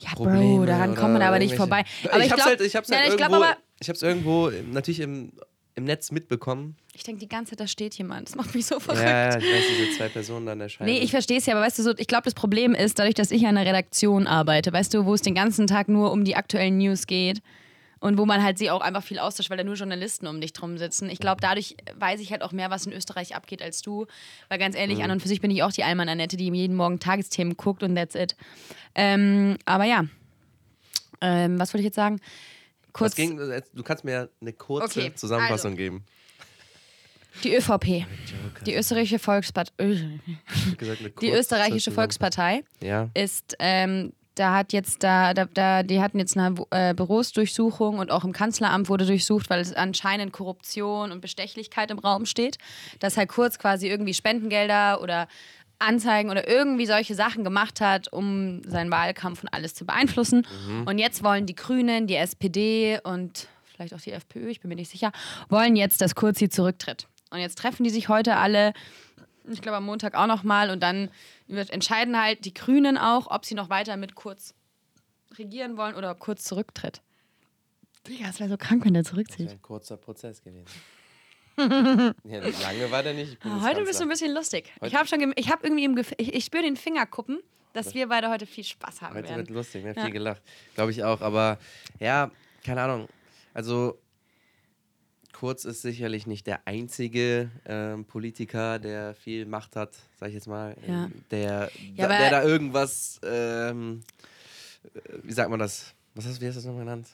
S2: Ja,
S1: Probleme.
S2: Bro, daran
S1: oder
S2: kommt man aber nicht vorbei.
S1: irgendwelche-
S2: Aber
S1: ich,
S2: ich
S1: hab's
S2: glaube,
S1: halt, ich hab's halt
S2: ich glaub
S1: irgendwo,
S2: aber,
S1: ich hab's irgendwo ähm, natürlich im, im Netz mitbekommen.
S2: ich denke die ganze Zeit, da steht jemand. Das macht mich so verrückt.
S1: Ja, ja, ich weiß, diese zwei Personen dann erscheinen.
S2: Oh Nee, ich verstehe es ja, aber weißt du, so, ich glaube, das Problem ist, dadurch, dass ich an einer Redaktion arbeite, weißt du, wo es den ganzen Tag nur um die aktuellen News geht und wo man halt sie auch einfach viel austauscht, weil da nur Journalisten um dich drum sitzen. Ich glaube, dadurch weiß ich halt auch mehr, was in Österreich abgeht als du, weil ganz ehrlich,
S1: Mhm.
S2: an und für sich bin ich auch die Alman Annette, die jeden Morgen Tagesthemen guckt und that's it. Ähm, aber ja, ähm, was wollte ich jetzt sagen? Kurz
S1: Was ging, äh, du kannst mir eine kurze
S2: Okay, also
S1: Zusammenfassung geben.
S2: die ÖVP,
S1: Joker.
S2: die österreichische Volkspartei,
S1: Ich hab gesagt, eine
S2: die
S1: kurze
S2: österreichische
S1: Zusammen-
S2: Volkspartei.
S1: Ja.
S2: ist, ähm, da hat jetzt da, da, da, die hatten jetzt eine äh, Bürosdurchsuchung und auch im Kanzleramt wurde durchsucht, weil es anscheinend Korruption und Bestechlichkeit im Raum steht. Dass halt kurz quasi irgendwie Spendengelder oder Anzeigen oder irgendwie solche Sachen gemacht hat, um seinen Wahlkampf und alles zu beeinflussen. Und jetzt wollen die Grünen, die SPD und vielleicht auch die FPÖ, ich bin mir nicht sicher, wollen jetzt, dass Kurzi zurücktritt. Und jetzt treffen die sich heute alle ich glaube am Montag auch nochmal. Und dann wird entscheiden halt die Grünen auch, ob sie noch weiter mit Kurz regieren wollen oder ob Kurz zurücktritt. Digga, es wäre so krank, wenn der
S1: Das
S2: zurückzieht.
S1: wäre ein kurzer Prozess gewesen. ja, lange war der nicht.
S2: Ah, heute bist du ein bisschen lustig. Ich habe schon, gem- ich habe irgendwie, im Gef ich, ich spüre den Fingerkuppen, dass wir beide heute viel Spaß haben
S1: Heute wird
S2: werden.
S1: lustig, wir haben
S2: Ja.
S1: viel gelacht. Glaube ich auch, aber ja, keine Ahnung. Also, Kurz ist sicherlich nicht der einzige ähm, Politiker, der viel Macht hat, sag ich jetzt mal.
S2: Ja.
S1: ähm, Der,
S2: Ja,
S1: da,
S2: aber-
S1: der da irgendwas, ähm, äh, wie sagt man das? Was hast, wie hast du das nochmal genannt?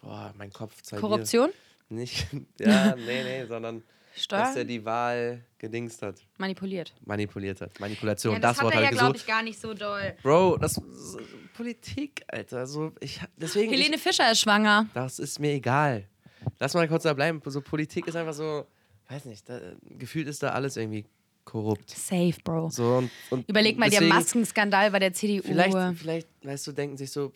S1: Boah, mein Kopf zeigt.
S2: Korruption,
S1: Nicht, ja, nee, nee, sondern dass er
S2: Steuern,
S1: die Wahl gedingst hat,
S2: manipuliert.
S1: manipuliert hat. Manipulation,
S2: Ja,
S1: das,
S2: das hat
S1: Wort
S2: er
S1: habe
S2: ja,
S1: ich gesucht.
S2: glaube ich, gar nicht so doll.
S1: Bro, das ist äh, Politik, Alter. Also ich, deswegen, ich,
S2: Helene Fischer ist schwanger.
S1: das ist mir egal. Lass mal kurz da bleiben. So Politik ist einfach so, weiß nicht, da, gefühlt ist da alles irgendwie korrupt.
S2: Safe, Bro.
S1: So und, und
S2: Überleg mal,
S1: deswegen,
S2: der Maskenskandal bei der CDU.
S1: Vielleicht, vielleicht, weißt du, denken sich so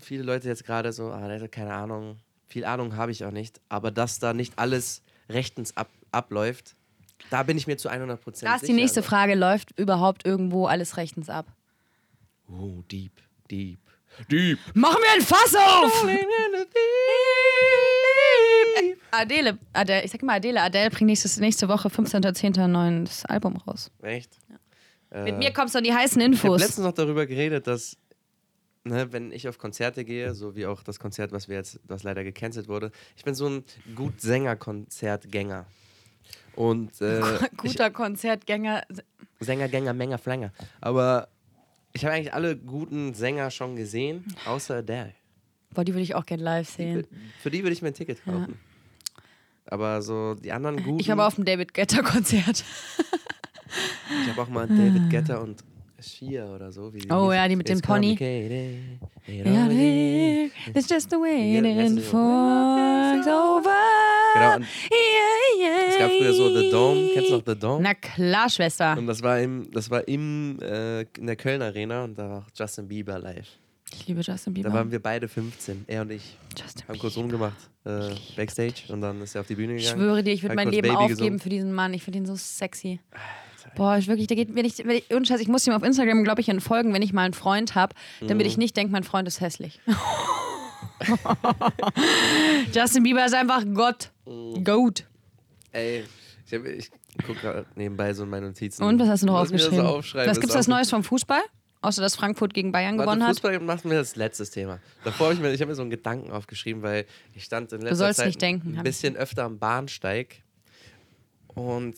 S1: viele Leute jetzt gerade so, ah, der hat keine Ahnung, viel Ahnung habe ich auch nicht, aber dass da nicht alles rechtens ab, abläuft, da bin ich mir zu 100 Prozent
S2: da ist die nächste Frage, läuft überhaupt irgendwo alles rechtens ab?
S1: Oh, deep, deep, deep.
S2: Machen wir ein Fass auf! Adele, Adele, ich sag immer Adele, Adele bringt nächstes, nächste Woche 15.10. ein neues Album raus.
S1: Echt?
S2: Mit
S1: Äh,
S2: mir kommst du an die heißen
S1: Ich habe
S2: Infos.
S1: letztens noch darüber geredet, dass, ne, wenn ich auf Konzerte gehe, so wie auch das Konzert, was wir jetzt, was leider gecancelt wurde, ich bin so ein gut Sänger-Konzertgänger. Und äh, ich,
S2: Guter Konzertgänger.
S1: Sänger, Gänger, Menger, Flänger. Aber ich habe eigentlich alle guten Sänger schon gesehen, außer Adele.
S2: Boah, die würde ich auch gerne live sehen.
S1: Für die würde ich mir ein Ticket kaufen. Aber so die anderen guten.
S2: Ich war aber auf dem David Guetta Konzert.
S1: Ich habe auch mal David Guetta und Shia oder so. Wie sie
S2: Ah. Oh
S1: hieß.
S2: ja, die mit dem
S1: It's
S2: Pony.
S1: complicated, it
S2: Ja,
S1: always
S2: It's just the way it
S1: Ja, letzte
S2: ends forks over.
S1: Genau, und
S2: Yeah, yeah.
S1: es gab früher so The Dome. Kennst du noch The Dome? Ähm,
S2: Na klar, Schwester.
S1: Und das war im, das war im äh, in der Köln Arena und da war auch Justin Bieber live.
S2: Ich liebe Justin
S1: Da
S2: Bieber.
S1: waren wir beide 15, er und ich.
S2: Genau. Justin
S1: Haben
S2: Bieber.
S1: kurz rumgemacht, äh, Backstage und dann ist er auf die Bühne
S2: Ich
S1: gegangen.
S2: schwöre dir, ich würde
S1: hat
S2: mein
S1: Halt kurz
S2: Leben
S1: Baby
S2: aufgeben
S1: gesungen.
S2: für diesen Mann. Ich finde ihn so sexy. Boah, ich wirklich, da geht, wenn ich, wenn ich, ohne Scheiß, ich muss ihm auf Instagram, glaube ich, entfolgen, wenn ich mal einen Freund habe,
S1: Mhm.
S2: damit ich nicht denke, mein Freund ist hässlich. Justin Bieber ist einfach Gott.
S1: Mhm.
S2: Goat.
S1: Ey, ich, hab- ich gucke gerade nebenbei so in meine Notizen.
S2: Und was hast du noch
S1: Muss mir das
S2: aufgeschrieben?
S1: So aufschreiben,
S2: was gibt's
S1: ist
S2: das
S1: auch-
S2: Neues vom Fußball? Außer dass Frankfurt gegen Bayern
S1: Warte,
S2: gewonnen hat.
S1: Fußball machen wir das letztes Thema. Davor habe ich mir, ich habe mir so einen Gedanken aufgeschrieben, weil ich stand in letzter
S2: sollst
S1: Zeit
S2: nicht denken,
S1: ein
S2: hab
S1: bisschen öfter am Bahnsteig. Und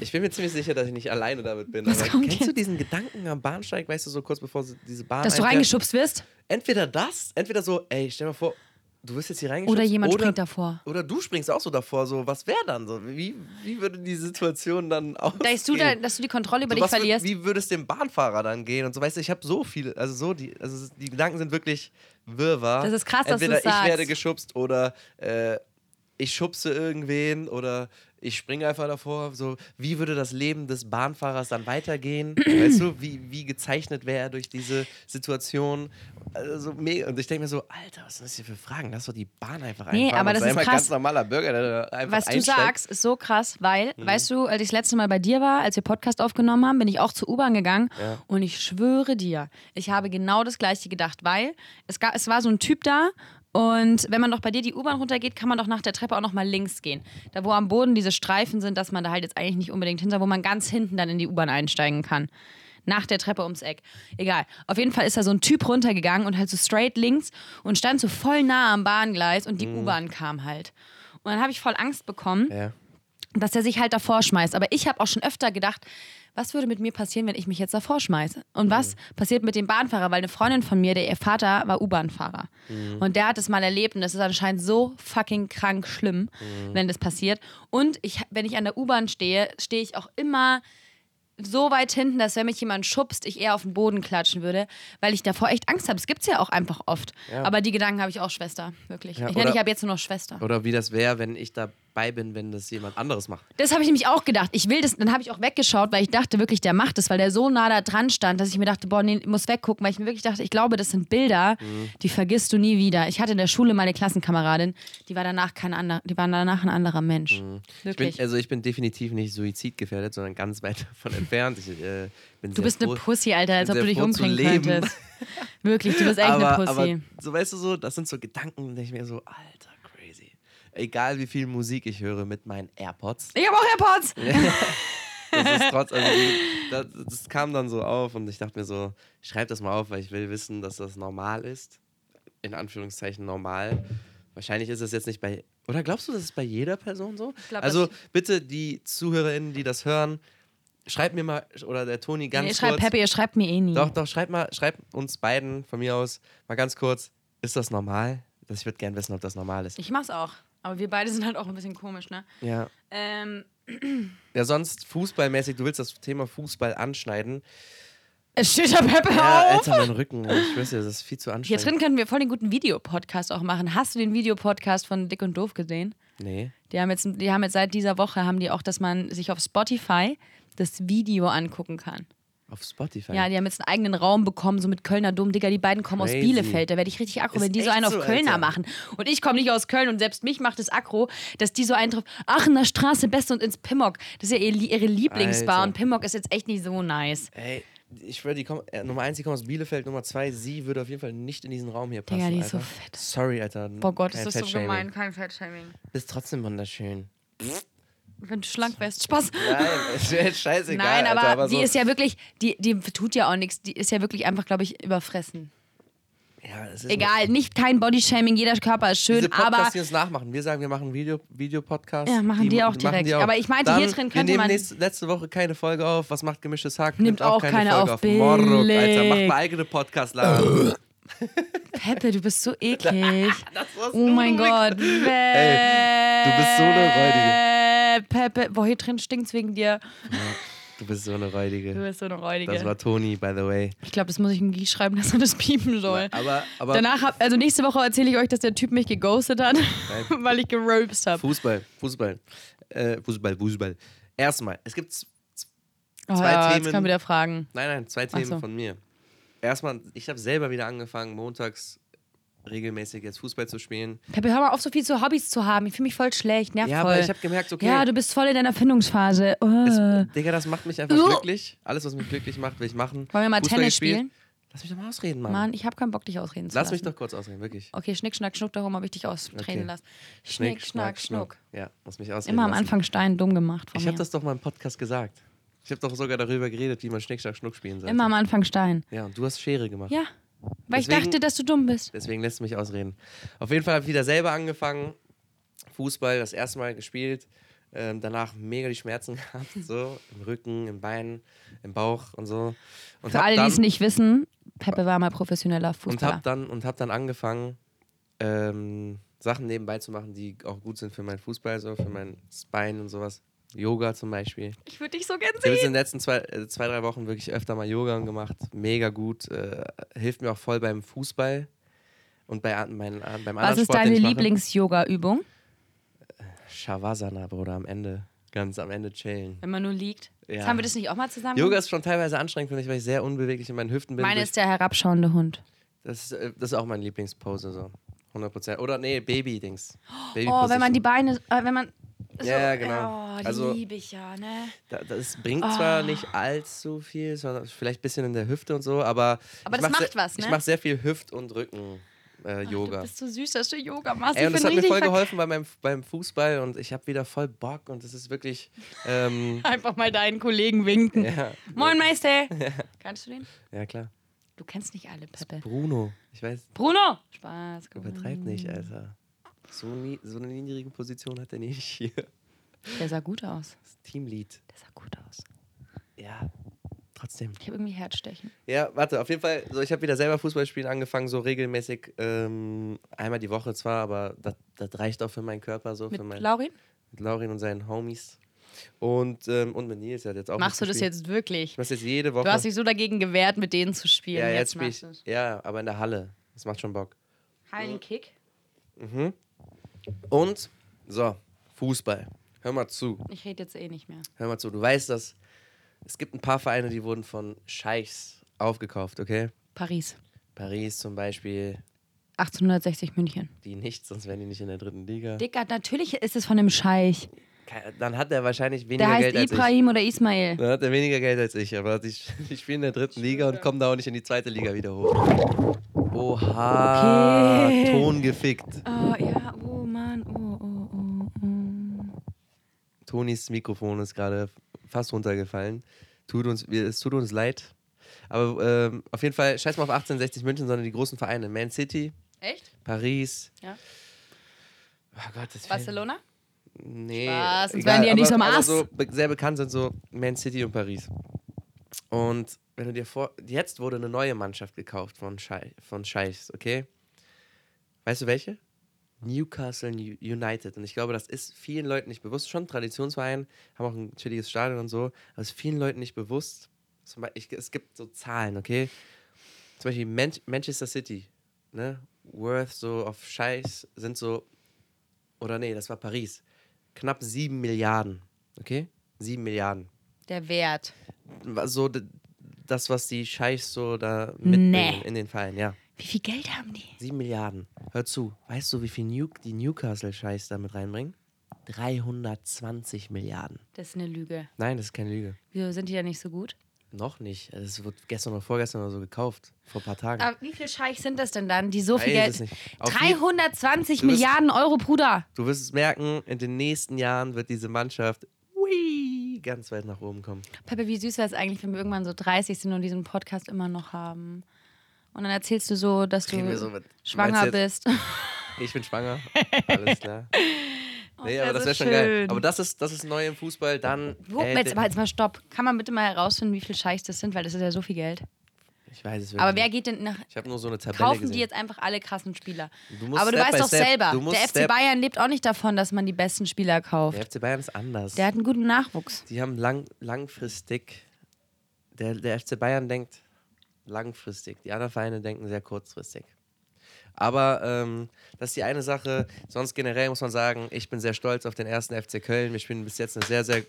S1: ich bin mir ziemlich sicher, dass ich nicht alleine damit bin.
S2: Was
S1: aber
S2: kommt
S1: kennst du
S2: jetzt?
S1: diesen Gedanken am Bahnsteig, weißt du, so kurz bevor so diese Bahn.
S2: Dass du
S1: einfährt?
S2: reingeschubst wirst
S1: Entweder das, entweder so, ey, stell dir mal vor, du wirst jetzt hier reingeschubst.
S2: oder jemand springt davor.
S1: Oder du springst auch so davor, so, was wäre dann so? Wie, wie würde die Situation dann aussehen?
S2: Da ist du da, dass du die Kontrolle über
S1: So,
S2: dich
S1: Also was würd-
S2: verlierst.
S1: wie würde es dem Bahnfahrer dann gehen? Und so, weißt du, ich habe so viel, also so, die, also es- die Gedanken sind wirklich wirrwarr.
S2: Das ist krass, dass
S1: Entweder
S2: du's
S1: ich werde
S2: sagst.
S1: geschubst oder äh, ich schubse irgendwen oder ich springe einfach davor. So, wie würde das Leben des Bahnfahrers dann weitergehen? weißt du, wie, wie gezeichnet wäre er durch diese Situation? Also, mega. Und ich denke mir so, Alter, was sind das hier für Fragen? Lass doch die Bahn einfach
S2: Nee,
S1: einfahren.
S2: aber
S1: und
S2: das
S1: sei
S2: ist
S1: mal
S2: krass.
S1: ganz normaler Bürger, der da einfach
S2: Was du
S1: einsteigt.
S2: sagst, ist so krass, weil,
S1: Mhm.
S2: weißt du, als ich das letzte Mal bei dir war, als wir Podcast aufgenommen haben, bin ich auch zur U-Bahn gegangen
S1: Ja.
S2: und ich schwöre dir, ich habe genau das Gleiche gedacht, weil es, gab, es war so ein Typ da und wenn man doch bei dir die U-Bahn runtergeht, kann man doch nach der Treppe auch nochmal links gehen. Da, wo am Boden diese Streifen sind, dass man da halt jetzt eigentlich nicht unbedingt hin soll, wo man ganz hinten dann in die U-Bahn einsteigen kann. Nach der Treppe ums Eck. Egal. Auf jeden Fall ist da so ein Typ runtergegangen und halt so straight links und stand so voll nah am Bahngleis und die U-Bahn kam halt. Und dann habe ich voll Angst bekommen,
S1: Mhm. Ja.
S2: dass er sich halt davor schmeißt. Aber ich habe auch schon öfter gedacht, was würde mit mir passieren, wenn ich mich jetzt davor schmeiße?
S1: Mhm.
S2: Und was passiert mit dem Bahnfahrer? Weil eine Freundin von mir, der ihr Vater war U-Bahn-Fahrer.
S1: Mhm.
S2: Und der hat es mal erlebt und das ist anscheinend so fucking krank schlimm,
S1: Mhm.
S2: wenn das passiert. Und ich, wenn ich an der U-Bahn stehe, stehe ich auch immer so weit hinten, dass wenn mich jemand schubst, ich eher auf den Boden klatschen würde, weil ich davor echt Angst habe. Es gibt es ja auch einfach oft.
S1: Ja.
S2: Aber die Gedanken habe ich auch, Schwester. Wirklich.
S1: Ja,
S2: ich nenne
S1: oder-
S2: dich ab jetzt nur noch Schwester.
S1: Oder wie das wäre, wenn ich dabei bin, wenn das jemand anderes macht.
S2: Das habe ich nämlich auch gedacht. Ich will das, dann habe ich auch weggeschaut, weil ich dachte wirklich, der macht das, weil der so nah da dran stand, dass ich mir dachte, boah, nee, ich muss weggucken, weil ich mir wirklich dachte, ich glaube, das sind Bilder,
S1: Mhm.
S2: die vergisst du nie wieder. Ich hatte in der Schule meine Klassenkameradin, die war danach kein anderer, die war danach ein anderer Mensch.
S1: Ich
S2: Wirklich.
S1: bin, also ich bin definitiv nicht suizidgefährdet, sondern ganz weit davon entfernt. Ich, äh, bin
S2: du bist eine Pussy, Alter, als
S1: bin
S2: ob
S1: sehr
S2: du dich
S1: froh zu
S2: umbringen
S1: leben.
S2: könntest. Wirklich, du bist echt
S1: aber,
S2: eine Pussy.
S1: aber so weißt du so, das sind so Gedanken, denke ich mir so, Alter, crazy. Egal wie viel Musik ich höre mit meinen AirPods,
S2: ich habe auch AirPods.
S1: das ist trotz, also die- das, das kam dann so auf und ich dachte mir so, schreib das mal auf, weil ich will wissen, dass das normal ist. In Anführungszeichen normal. Wahrscheinlich ist es jetzt nicht bei. Oder glaubst du, das ist bei jeder Person so?
S2: glaub,
S1: also
S2: das-
S1: bitte die ZuhörerInnen, die das hören, schreibt mir mal, oder der Toni ganz
S2: Ihr
S1: kurz.
S2: schreibt Peppe, ihr schreibt mir eh nie.
S1: Doch, doch, schreibt mal, schreibt uns beiden von mir aus mal ganz kurz, ist das normal? Das, ich würde gerne wissen, ob das normal ist.
S2: Ich mach's auch. Aber wir beide sind halt auch ein bisschen komisch, ne?
S1: Ja.
S2: Ähm,
S1: Ja, sonst fußballmäßig, du willst das Thema Fußball anschneiden.
S2: es steht ja Peppe
S1: Ja,
S2: auf.
S1: Alter, mein Rücken, ich weiß ja, das ist viel zu anstrengend.
S2: Hier drin können wir voll den guten Videopodcast auch machen. Hast du den Videopodcast von Dick und Doof gesehen?
S1: Nee.
S2: Die haben jetzt, die haben jetzt seit dieser Woche haben die auch, dass man sich auf Spotify das Video angucken kann.
S1: Auf Spotify.
S2: Ja, die haben jetzt einen eigenen Raum bekommen, so mit Kölner Dom. Digga, die beiden kommen aus
S1: Crazy.
S2: Bielefeld. Da werde ich richtig aggro,
S1: Ist
S2: wenn die so
S1: echt
S2: einen auf
S1: so,
S2: Kölner
S1: Alter.
S2: machen. Und ich komme nicht aus Köln und selbst mich macht es aggro, dass die so einen drauf. Aachener Straße, Beste und ins Pimmock. Das ist ja ihr- ihre Lieblingsbar
S1: Alter.
S2: und Pimmock ist jetzt echt nicht so nice.
S1: Ey, ich schwöre, die kommen, äh, Nummer eins, die kommen aus Bielefeld, Nummer zwei, sie würde auf jeden Fall nicht in diesen Raum hier passen.
S2: Digga, die ist so
S1: Alter.
S2: fett.
S1: Sorry, Alter.
S2: Boah Oh Gott,
S1: Kein
S2: ist das so
S1: Fettshaming.
S2: gemein. Kein Fettshaming.
S1: Bist trotzdem wunderschön.
S2: Wenn du schlank wärst, Spaß.
S1: Nein, es wäre scheißegal.
S2: Nein, aber,
S1: Alter, aber
S2: die
S1: so,
S2: ist ja wirklich, die, die tut ja auch nichts. Die ist ja wirklich einfach, glaube ich, überfressen.
S1: ja, es ist
S2: Egal, nicht kein Bodyshaming, jeder Körper ist schön,
S1: Diese
S2: aber
S1: Podcasts, die uns nachmachen. Wir sagen, wir machen Video, Video-Podcast.
S2: Ja, machen die auch
S1: machen
S2: direkt. Aber ich meinte,
S1: Dann,
S2: hier drin
S1: wir
S2: könnte
S1: nehmen
S2: man-
S1: Nächste, letzte Woche keine Folge auf. Was macht gemischtes Hack?
S2: Nimmt auch keine
S1: Folge
S2: auf.
S1: Morruck, Alter,
S2: Billig.
S1: macht mal eigene Podcast-Laden.
S2: Peppe, du bist so eklig.
S1: Das war's
S2: oh
S1: nur,
S2: mein
S1: du
S2: Gott. Ey,
S1: du bist so eine
S2: Peppe, boah, hier drin stinkt's wegen dir.
S1: Du bist so eine
S2: Du
S1: Räudige.
S2: bist so eine
S1: Das
S2: Räudige.
S1: war Toni, by the way.
S2: Ich glaube, das muss ich im Guy schreiben, dass er das piepen soll.
S1: Aber, aber
S2: Danach, hab, also nächste Woche erzähle ich euch, dass der Typ mich geghostet hat, weil ich geropst habe.
S1: Fußball, Fußball. Äh, Fußball, Fußball. Erstmal, es gibt,
S2: Oh,
S1: zwei
S2: ja, jetzt
S1: Themen.
S2: kommen wieder Fragen.
S1: nein, nein, zwei Themen
S2: so.
S1: von mir. Erstmal, ich habe selber wieder angefangen, montags regelmäßig jetzt Fußball zu spielen.
S2: Peppe, hör mal auf, so viel zu Hobbys zu haben. Ich fühle mich voll schlecht, nervt
S1: Ja,
S2: voll.
S1: aber ich habe gemerkt, okay,
S2: Ja, du bist voll in deiner Findungsphase. Oh.
S1: es, Digga, das macht mich einfach
S2: Oh.
S1: glücklich. Alles, was mich glücklich macht, will ich machen.
S2: Wollen wir mal Tennis
S1: gespielt.
S2: spielen?
S1: Lass mich doch mal ausreden, Mann.
S2: Mann, ich habe keinen Bock, dich ausreden zu
S1: Lass
S2: lassen.
S1: mich doch kurz ausreden, wirklich.
S2: Okay, schnick, schnack, schnuck, darum habe ich dich ausreden
S1: Okay.
S2: lassen. Schnick, schnack, schnuck.
S1: Ja, lass mich ausreden.
S2: Immer am
S1: lassen.
S2: Anfang Stein dumm gemacht von
S1: Ich
S2: mir.
S1: habe das doch mal im Podcast gesagt. Ich habe doch sogar darüber geredet, wie man Schnick, Schnack, Schnuck spielen soll.
S2: Immer am Anfang Stein.
S1: Ja, und du hast Schere gemacht.
S2: Ja,
S1: Deswegen-
S2: weil ich dachte, dass du dumm bist.
S1: Deswegen lässt du mich ausreden. Auf jeden Fall habe ich wieder selber angefangen. Fußball das erste Mal gespielt. Ähm, danach mega die Schmerzen gehabt. So im Rücken, im Bein, im Bauch und so. Und
S2: Für
S1: hab
S2: alle, die
S1: dann-
S2: es nicht wissen, Peppe war mal professioneller
S1: und hab
S2: Fußballer.
S1: dann und hab dann angefangen ähm, Sachen nebenbei zu machen, die auch gut sind für meinen Fußball, so für mein Spine und sowas. Yoga zum Beispiel.
S2: Ich würde dich so gern
S1: Ich habe jetzt in den letzten zwei, äh, zwei, drei Wochen wirklich öfter mal Yoga gemacht. Mega gut. Äh, hilft mir auch voll beim Fußball und bei an, mein, an, beim anderen
S2: Was ist
S1: Sport,
S2: deine
S1: den ich
S2: Lieblings-Yoga-Übung?
S1: Mache. Shavasana, Bruder, am Ende. Ganz am Ende chillen.
S2: Wenn man nur liegt.
S1: Ja.
S2: Jetzt haben wir das nicht auch mal zusammen.
S1: Yoga ist schon teilweise anstrengend für mich, weil ich sehr unbeweglich in meinen Hüften bin.
S2: Meine
S1: durch-
S2: ist der herabschauende Hund.
S1: das, ist, äh, das ist auch meine Lieblingspose, so. 100%. Oder nee, Baby-Dings. Baby
S2: Oh, wenn man die Beine, äh, wenn man. So,
S1: Ja, ja, genau.
S2: Oh, die
S1: Also-
S2: liebe ich ja, ne?
S1: Da- Das bringt
S2: Oh.
S1: zwar nicht allzu viel, sondern vielleicht ein bisschen in der Hüfte und so, aber.
S2: Aber
S1: ich
S2: das
S1: mach
S2: macht
S1: sehr,
S2: was, ne?
S1: Ich mache sehr viel Hüft- und äh, Rücken-Yoga.
S2: Du bist so süß, dass du Yoga machst.
S1: Ey,
S2: Also ich
S1: und das
S2: bin
S1: hat mir
S2: richtig
S1: voll
S2: ver-
S1: geholfen bei meinem, beim Fußball und ich habe wieder voll Bock und es ist wirklich. Ähm,
S2: Einfach mal deinen Kollegen winken.
S1: ja.
S2: Moin, Meister. Kannst du den?
S1: ja, klar.
S2: Du kennst nicht alle, Peppe.
S1: Bruno. Ich weiß,
S2: Bruno! Spaß. komm.
S1: übertreib nicht, Alter. So, nie, so eine niedrige Position hat er nicht hier.
S2: Der sah gut aus.
S1: Das Teamlead.
S2: Der sah gut aus.
S1: Ja, trotzdem.
S2: Ich habe irgendwie Herzstechen.
S1: Ja, warte, auf jeden Fall, so ich habe wieder selber Fußballspielen angefangen, so regelmäßig, ähm, einmal die Woche zwar, aber das, das reicht auch für meinen Körper, so
S2: Mit
S1: für mein,
S2: Laurin?
S1: mit Laurin und seinen Homies. Und, ähm, und mit Nils der hat jetzt auch.
S2: Machst du das
S1: mitgespielt.
S2: jetzt wirklich?
S1: Ich mach's jetzt jede Woche.
S2: Du hast dich so dagegen gewehrt, mit denen zu spielen.
S1: ja,
S2: jetzt
S1: jetzt
S2: machst
S1: spiel
S2: du's.
S1: ich. Ja, aber in der Halle. Das macht schon Bock.
S2: Hallenkick?
S1: Und, so, Fußball. Hör mal zu.
S2: Ich rede jetzt eh nicht mehr.
S1: Hör mal zu. Du weißt das. Es gibt ein paar Vereine, die wurden von Scheichs aufgekauft, okay?
S2: Paris.
S1: Paris zum Beispiel,
S2: 1860 München.
S1: die nicht, sonst wären die nicht in der dritten Liga.
S2: Dicker, natürlich ist es von einem Scheich.
S1: Ke- Dann hat er wahrscheinlich
S2: Der
S1: weniger
S2: heißt
S1: Geld als ich.
S2: Ibrahim oder Ismail.
S1: Dann hat er weniger Geld als ich, aber die, die spielen in der dritten Liga und kommen da auch nicht in die zweite Liga wieder hoch. Oha,
S2: Okay.
S1: Ton gefickt.
S2: Oh, ja, oh Mann, oh, oh, oh, oh.
S1: Tonis Mikrofon ist gerade fast runtergefallen. Tut uns, wir- es tut uns leid. Aber ähm, auf jeden Fall, scheiß mal auf 1860 München, sondern die großen Vereine. Man City,
S2: Echt?
S1: Paris.
S2: Ja.
S1: Oh Gott, das
S2: Barcelona?
S1: Nee.
S2: Spaß, sonst
S1: egal,
S2: wären die ja nicht
S1: aber-
S2: so am
S1: aber
S2: Ast.
S1: So be- sehr bekannt sind so Man City und Paris. Und wenn du dir vor. Jetzt wurde eine neue Mannschaft gekauft von, Schei von Scheichs, okay? Weißt du welche? Newcastle New- United. Und ich glaube, das ist vielen Leuten nicht bewusst. Schon ein Traditionsverein, haben auch ein chilliges Stadion und so. Aber es ist vielen Leuten nicht bewusst. Zum Beispiel, ich, es gibt so Zahlen, okay? Zum Beispiel Man Manchester City, ne? Worth so auf Scheichs sind so oder nee, das war Paris. Knapp 7 Milliarden. Okay? 7 Milliarden.
S2: Der Wert.
S1: War So d- das, was die Scheichs so da
S2: Nee.
S1: mitbringen in den Verein, ja.
S2: Wie viel Geld haben die?
S1: 7 Milliarden. Hör zu, weißt du, wie viel New die Newcastle-Scheichs da mit reinbringen? 320 Milliarden.
S2: Das ist eine Lüge.
S1: Nein, das ist keine Lüge.
S2: Wieso sind die da nicht so gut?
S1: Noch nicht. Das wurde gestern oder vorgestern oder so gekauft. Vor ein paar Tagen.
S2: Aber Ah, wie viele Scheichs sind das denn dann, die so
S1: Weiß
S2: viel
S1: es
S2: Geld.
S1: nicht. Auf jeden-
S2: 320
S1: Du bist-
S2: Milliarden Euro, Bruder.
S1: Du wirst es merken, in den nächsten Jahren wird diese Mannschaft ui, ganz weit nach oben kommen.
S2: Peppe, wie süß wäre es eigentlich, wenn wir irgendwann so 30 sind und diesen Podcast immer noch haben. Und dann erzählst du so, dass
S1: Reden
S2: du
S1: wir so mit-
S2: schwanger
S1: Meinst du
S2: bist.
S1: Ich bin schwanger. Alles klar. Nee,
S2: Oh, wär
S1: aber das
S2: so
S1: wäre schon geil.
S2: schön.
S1: Aber das ist, das ist neu im Fußball. Dann.
S2: Wo,
S1: äh,
S2: jetzt, aber jetzt mal stopp. Kann man bitte mal herausfinden, wie viel Scheichs das sind, weil das ist ja so viel Geld.
S1: ich weiß es wirklich.
S2: Aber wer
S1: nicht.
S2: geht denn nach.
S1: Ich habe nur so eine Tabelle
S2: Kaufen
S1: gesehen.
S2: die jetzt einfach alle krassen Spieler?
S1: Du musst
S2: aber du
S1: Step by
S2: weißt doch
S1: Step.
S2: selber,
S1: Du musst
S2: der FC
S1: Step-
S2: Bayern lebt auch nicht davon, dass man die besten Spieler kauft.
S1: Der FC Bayern ist anders.
S2: Der hat einen guten Nachwuchs.
S1: die haben lang, langfristig. Der, der FC Bayern denkt langfristig. Die anderen Vereine denken sehr kurzfristig. Aber ähm, das ist die eine Sache. Sonst generell muss man sagen, ich bin sehr stolz auf den ersten FC Köln. Wir spielen bis jetzt eine sehr, sehr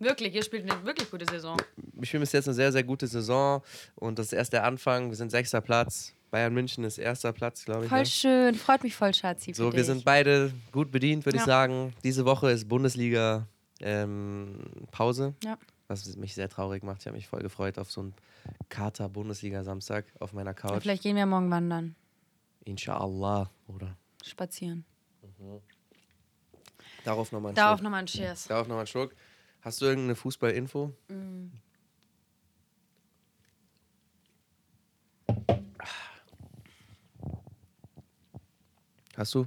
S2: Wirklich, ihr spielt eine wirklich gute Saison.
S1: wir spielen bis jetzt eine sehr, sehr gute Saison und das ist erst der Anfang. Wir sind sechster Platz. Bayern München ist erster Platz, glaube ich.
S2: Voll
S1: ne?
S2: schön. Freut mich voll, Schatzi. für
S1: So, wir
S2: dich.
S1: sind beide gut bedient, würde
S2: Ja.
S1: ich sagen. Diese Woche ist Bundesliga ähm, Pause,
S2: Ja.
S1: was mich sehr traurig macht. Ich habe mich voll gefreut auf so einen Kater Bundesliga Samstag auf meiner
S2: Und
S1: Couch.
S2: Vielleicht gehen wir morgen wandern,
S1: Inshallah, Bruder.
S2: spazieren.
S1: Darauf nochmal ein
S2: Darauf
S1: Schluck.
S2: nochmal ein Cheers.
S1: Darauf nochmal ein Schluck. Hast du irgendeine Fußballinfo?
S2: Mm.
S1: Hast du?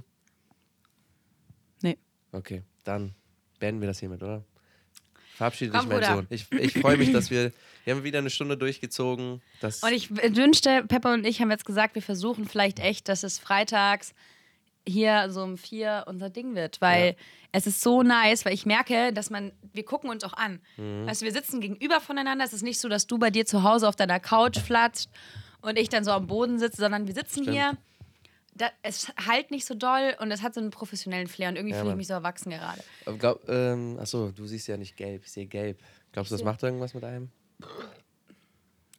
S2: Nee.
S1: Okay, dann beenden wir das hiermit, oder? Verabschiede dich,
S2: Komm,
S1: mein
S2: Bruder.
S1: Sohn. Ich, ich freue mich, dass wir. Wir haben wieder eine Stunde durchgezogen. Das
S2: Und ich w- wünschte, Pepper und ich haben jetzt gesagt, wir versuchen vielleicht echt, dass es freitags hier so um vier unser Ding wird, weil
S1: Ja.
S2: es ist so nice, weil ich merke, dass man, wir gucken uns auch an.
S1: Mhm.
S2: Also wir sitzen gegenüber voneinander, es ist nicht so, dass du bei dir zu Hause auf deiner Couch flatscht und ich dann so am Boden sitze, sondern wir sitzen
S1: Stimmt.
S2: hier, da, es halt nicht so doll und es hat so einen professionellen Flair und irgendwie
S1: Ja,
S2: fühle ich
S1: Mann.
S2: mich so erwachsen gerade.
S1: glaub, ähm, achso, du siehst ja nicht gelb. Ich sehe gelb. Glaubst du, das
S2: seh-
S1: macht irgendwas mit einem?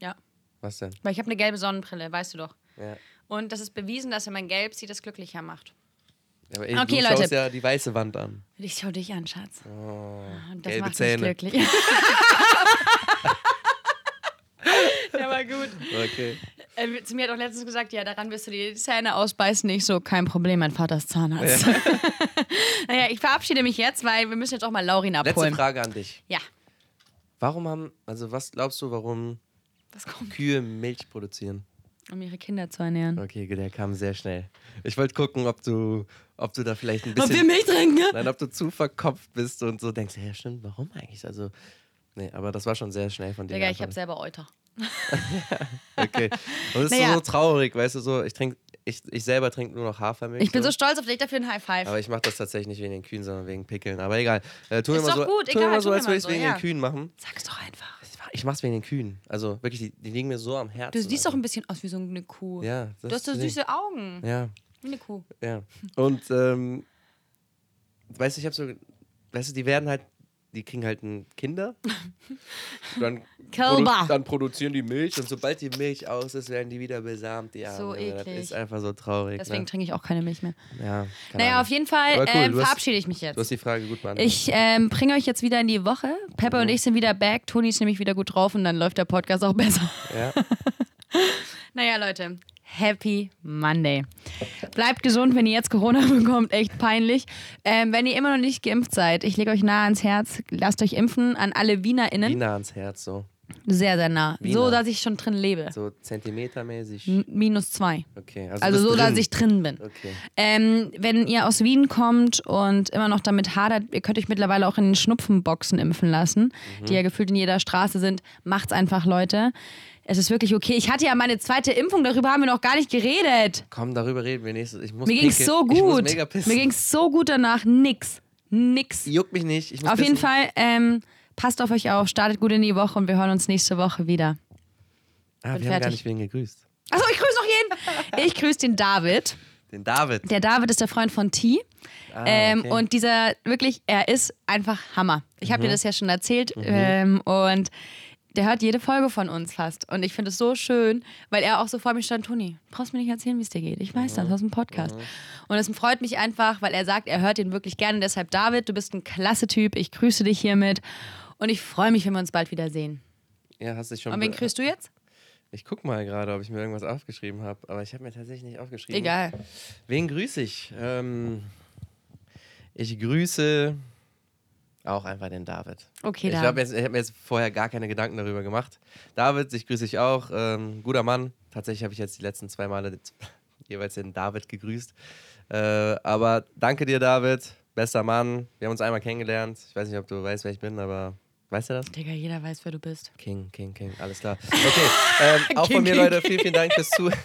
S2: Ja,
S1: Was denn?
S2: weil ich habe eine gelbe Sonnenbrille, weißt du doch.
S1: Ja.
S2: Und das ist bewiesen, dass wenn man gelb sieht, es glücklicher macht.
S1: Aber ey,
S2: Okay,
S1: du schaust
S2: Leute.
S1: ja die weiße Wand an.
S2: Ich schau dich an, Schatz. Ah, Und das
S1: gelbe
S2: macht
S1: Zähne.
S2: mich glücklich. Der war gut.
S1: Okay.
S2: Äh, zu mir hat auch letztens gesagt, ja, daran wirst du die Zähne ausbeißen. Nicht so, kein Problem, mein Vater ist Zahnarzt. naja, ich verabschiede mich jetzt, weil wir müssen jetzt auch mal Laurin
S1: Letzte
S2: abholen.
S1: Frage an dich.
S2: Ja,
S1: Warum haben, also was glaubst du, warum
S2: das kommt,
S1: Kühe Milch produzieren?
S2: um ihre Kinder zu ernähren.
S1: Okay, der kam sehr schnell. Ich wollte gucken, ob du, ob du da vielleicht ein
S2: Ob wir
S1: bisschen,
S2: Milch trinken?
S1: nein, ob du zu verkopft bist und so denkst, ja stimmt, warum eigentlich? Also, nee, aber das war schon sehr schnell von dir.
S2: Digga,
S1: die
S2: ich habe
S1: Antwort.
S2: selber Euter.
S1: Okay. Und es ist
S2: Naja.
S1: so traurig, weißt du, so, ich trinke, ich, ich selber trinke nur noch Hafermilch. ne?
S2: Ich bin so stolz auf dich, dafür ein High Five.
S1: Aber ich mache das tatsächlich nicht wegen den Kühen, sondern wegen Pickeln. Aber egal. Äh, tu
S2: Ist
S1: immer
S2: doch
S1: so,
S2: gut,
S1: tu
S2: egal,
S1: immer so
S2: tu
S1: als
S2: immer
S1: würde ich es
S2: so,
S1: wegen
S2: ja.
S1: den Kühen machen.
S2: Sag's doch einfach.
S1: Ich mach's wegen den Kühen. Also wirklich, die, die liegen mir so am Herzen.
S2: Du siehst doch
S1: also.
S2: ein bisschen aus wie so eine Kuh.
S1: Ja, das
S2: Du hast so
S1: deswegen.
S2: süße Augen.
S1: Ja,
S2: Wie eine Kuh.
S1: ja. Und ähm, weißt du, ich habe so, weißt du, die werden halt, die kriegen halt ein Kinder. Dann,
S2: Kälber.
S1: dann produzieren die Milch und sobald die Milch aus ist, werden die wieder besamt. Die
S2: So
S1: Armen, Junge. Das
S2: eklig.
S1: ist einfach so traurig.
S2: Deswegen
S1: ne?
S2: trinke ich auch keine Milch mehr.
S1: Ja, keine
S2: Naja,
S1: Ahnung.
S2: auf jeden Fall
S1: Aber cool,
S2: ähm,
S1: du hast-
S2: verabschiede ich mich
S1: Du hast
S2: jetzt.
S1: die Frage gut beantwortet.
S2: Ich ähm, bringe euch jetzt wieder in die Woche. Pepper und ich sind wieder back. Toni ist nämlich wieder gut drauf und dann läuft der Podcast auch besser.
S1: Ja.
S2: Hm? Naja, Leute, Happy Monday. Bleibt gesund, wenn ihr jetzt Corona bekommt, echt peinlich. Ähm, wenn ihr immer noch nicht geimpft seid, ich lege euch nah ans Herz, lasst euch impfen an alle WienerInnen.
S1: Wiener ans Herz, so.
S2: Sehr, sehr nah. So,
S1: Wiener.
S2: dass ich schon drin lebe.
S1: So zentimetermäßig.
S2: M- Minus zwei.
S1: Okay. Also,
S2: Hm. Also
S1: bist
S2: so,
S1: drin.
S2: dass ich drin bin.
S1: Okay.
S2: Ähm, wenn ihr aus Wien kommt und immer noch damit hadert, ihr könnt euch mittlerweile auch in den Schnupfenboxen impfen lassen,
S1: Mhm.
S2: die ja gefühlt in jeder Straße sind. Macht's einfach, Leute. Es ist wirklich okay. Ich hatte ja meine zweite Impfung, darüber haben wir noch gar nicht geredet.
S1: Komm, darüber reden wir nächstes. Ich muss
S2: Mir ging's
S1: pinkeln.
S2: so
S1: Ich muss
S2: gut.
S1: mega pissen.
S2: Mir ging's so gut danach. Nix. Nix.
S1: Juckt mich nicht. Ich muss
S2: Auf jeden
S1: pissen.
S2: Fall, ähm, passt auf euch auf, startet gut in die Woche und wir hören uns nächste Woche wieder.
S1: Ah, wir
S2: Bin
S1: haben gar
S2: fertig.
S1: nicht wen gegrüßt.
S2: Achso, ich grüße noch jeden. Ich grüße den David.
S1: Den David.
S2: Der David ist der Freund von T.
S1: Ah,
S2: Ähm,
S1: okay.
S2: Und dieser, wirklich, er ist einfach Hammer. Ich
S1: Mhm.
S2: habe dir das ja schon erzählt. Ähm, und der hört jede Folge von uns fast. Und ich finde es so schön, weil er auch so vor mir stand, Toni, brauchst mir nicht erzählen, wie es dir geht. Ich
S1: Mhm.
S2: weiß das aus dem Podcast. Und es freut mich einfach, weil er sagt, er hört ihn wirklich gerne. Deshalb, David, du bist ein klasse Typ. Ich grüße dich hiermit. Und ich freue mich, wenn wir uns bald wiedersehen.
S1: ja, hast dich schon.
S2: Und wen
S1: be-
S2: grüßt du jetzt?
S1: ich guck mal gerade, ob ich mir irgendwas aufgeschrieben habe. Aber ich habe mir tatsächlich nicht aufgeschrieben.
S2: Egal.
S1: Wen grüße ich? Ähm, ich grüße auch einfach den David.
S2: Okay,
S1: ich
S2: David.
S1: glaube, ich habe mir jetzt vorher gar keine Gedanken darüber gemacht. David, ich grüße dich auch. Ähm, guter Mann. Tatsächlich habe ich jetzt die letzten zwei Male jetzt jeweils den David gegrüßt. Äh, aber danke dir, David. Bester Mann. Wir haben uns einmal kennengelernt. Ich weiß nicht, ob du weißt, wer ich bin, aber weißt du das?
S2: Digga, jeder weiß, wer du bist.
S1: King, King, King, alles klar. Okay, ähm, auch
S2: King,
S1: von mir,
S2: King,
S1: Leute, vielen, vielen Dank fürs Zuhören.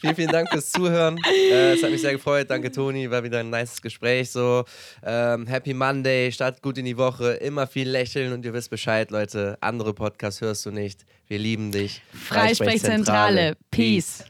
S1: Vielen, vielen Dank fürs Zuhören. Äh, es hat mich sehr gefreut. Danke, Toni. War wieder ein nices Gespräch. So. Ähm, Happy Monday. Start gut in die Woche. Immer viel lächeln und ihr wisst Bescheid, Leute. Andere Podcasts hörst du nicht. Wir lieben dich.
S2: Freisprechzentrale. Peace.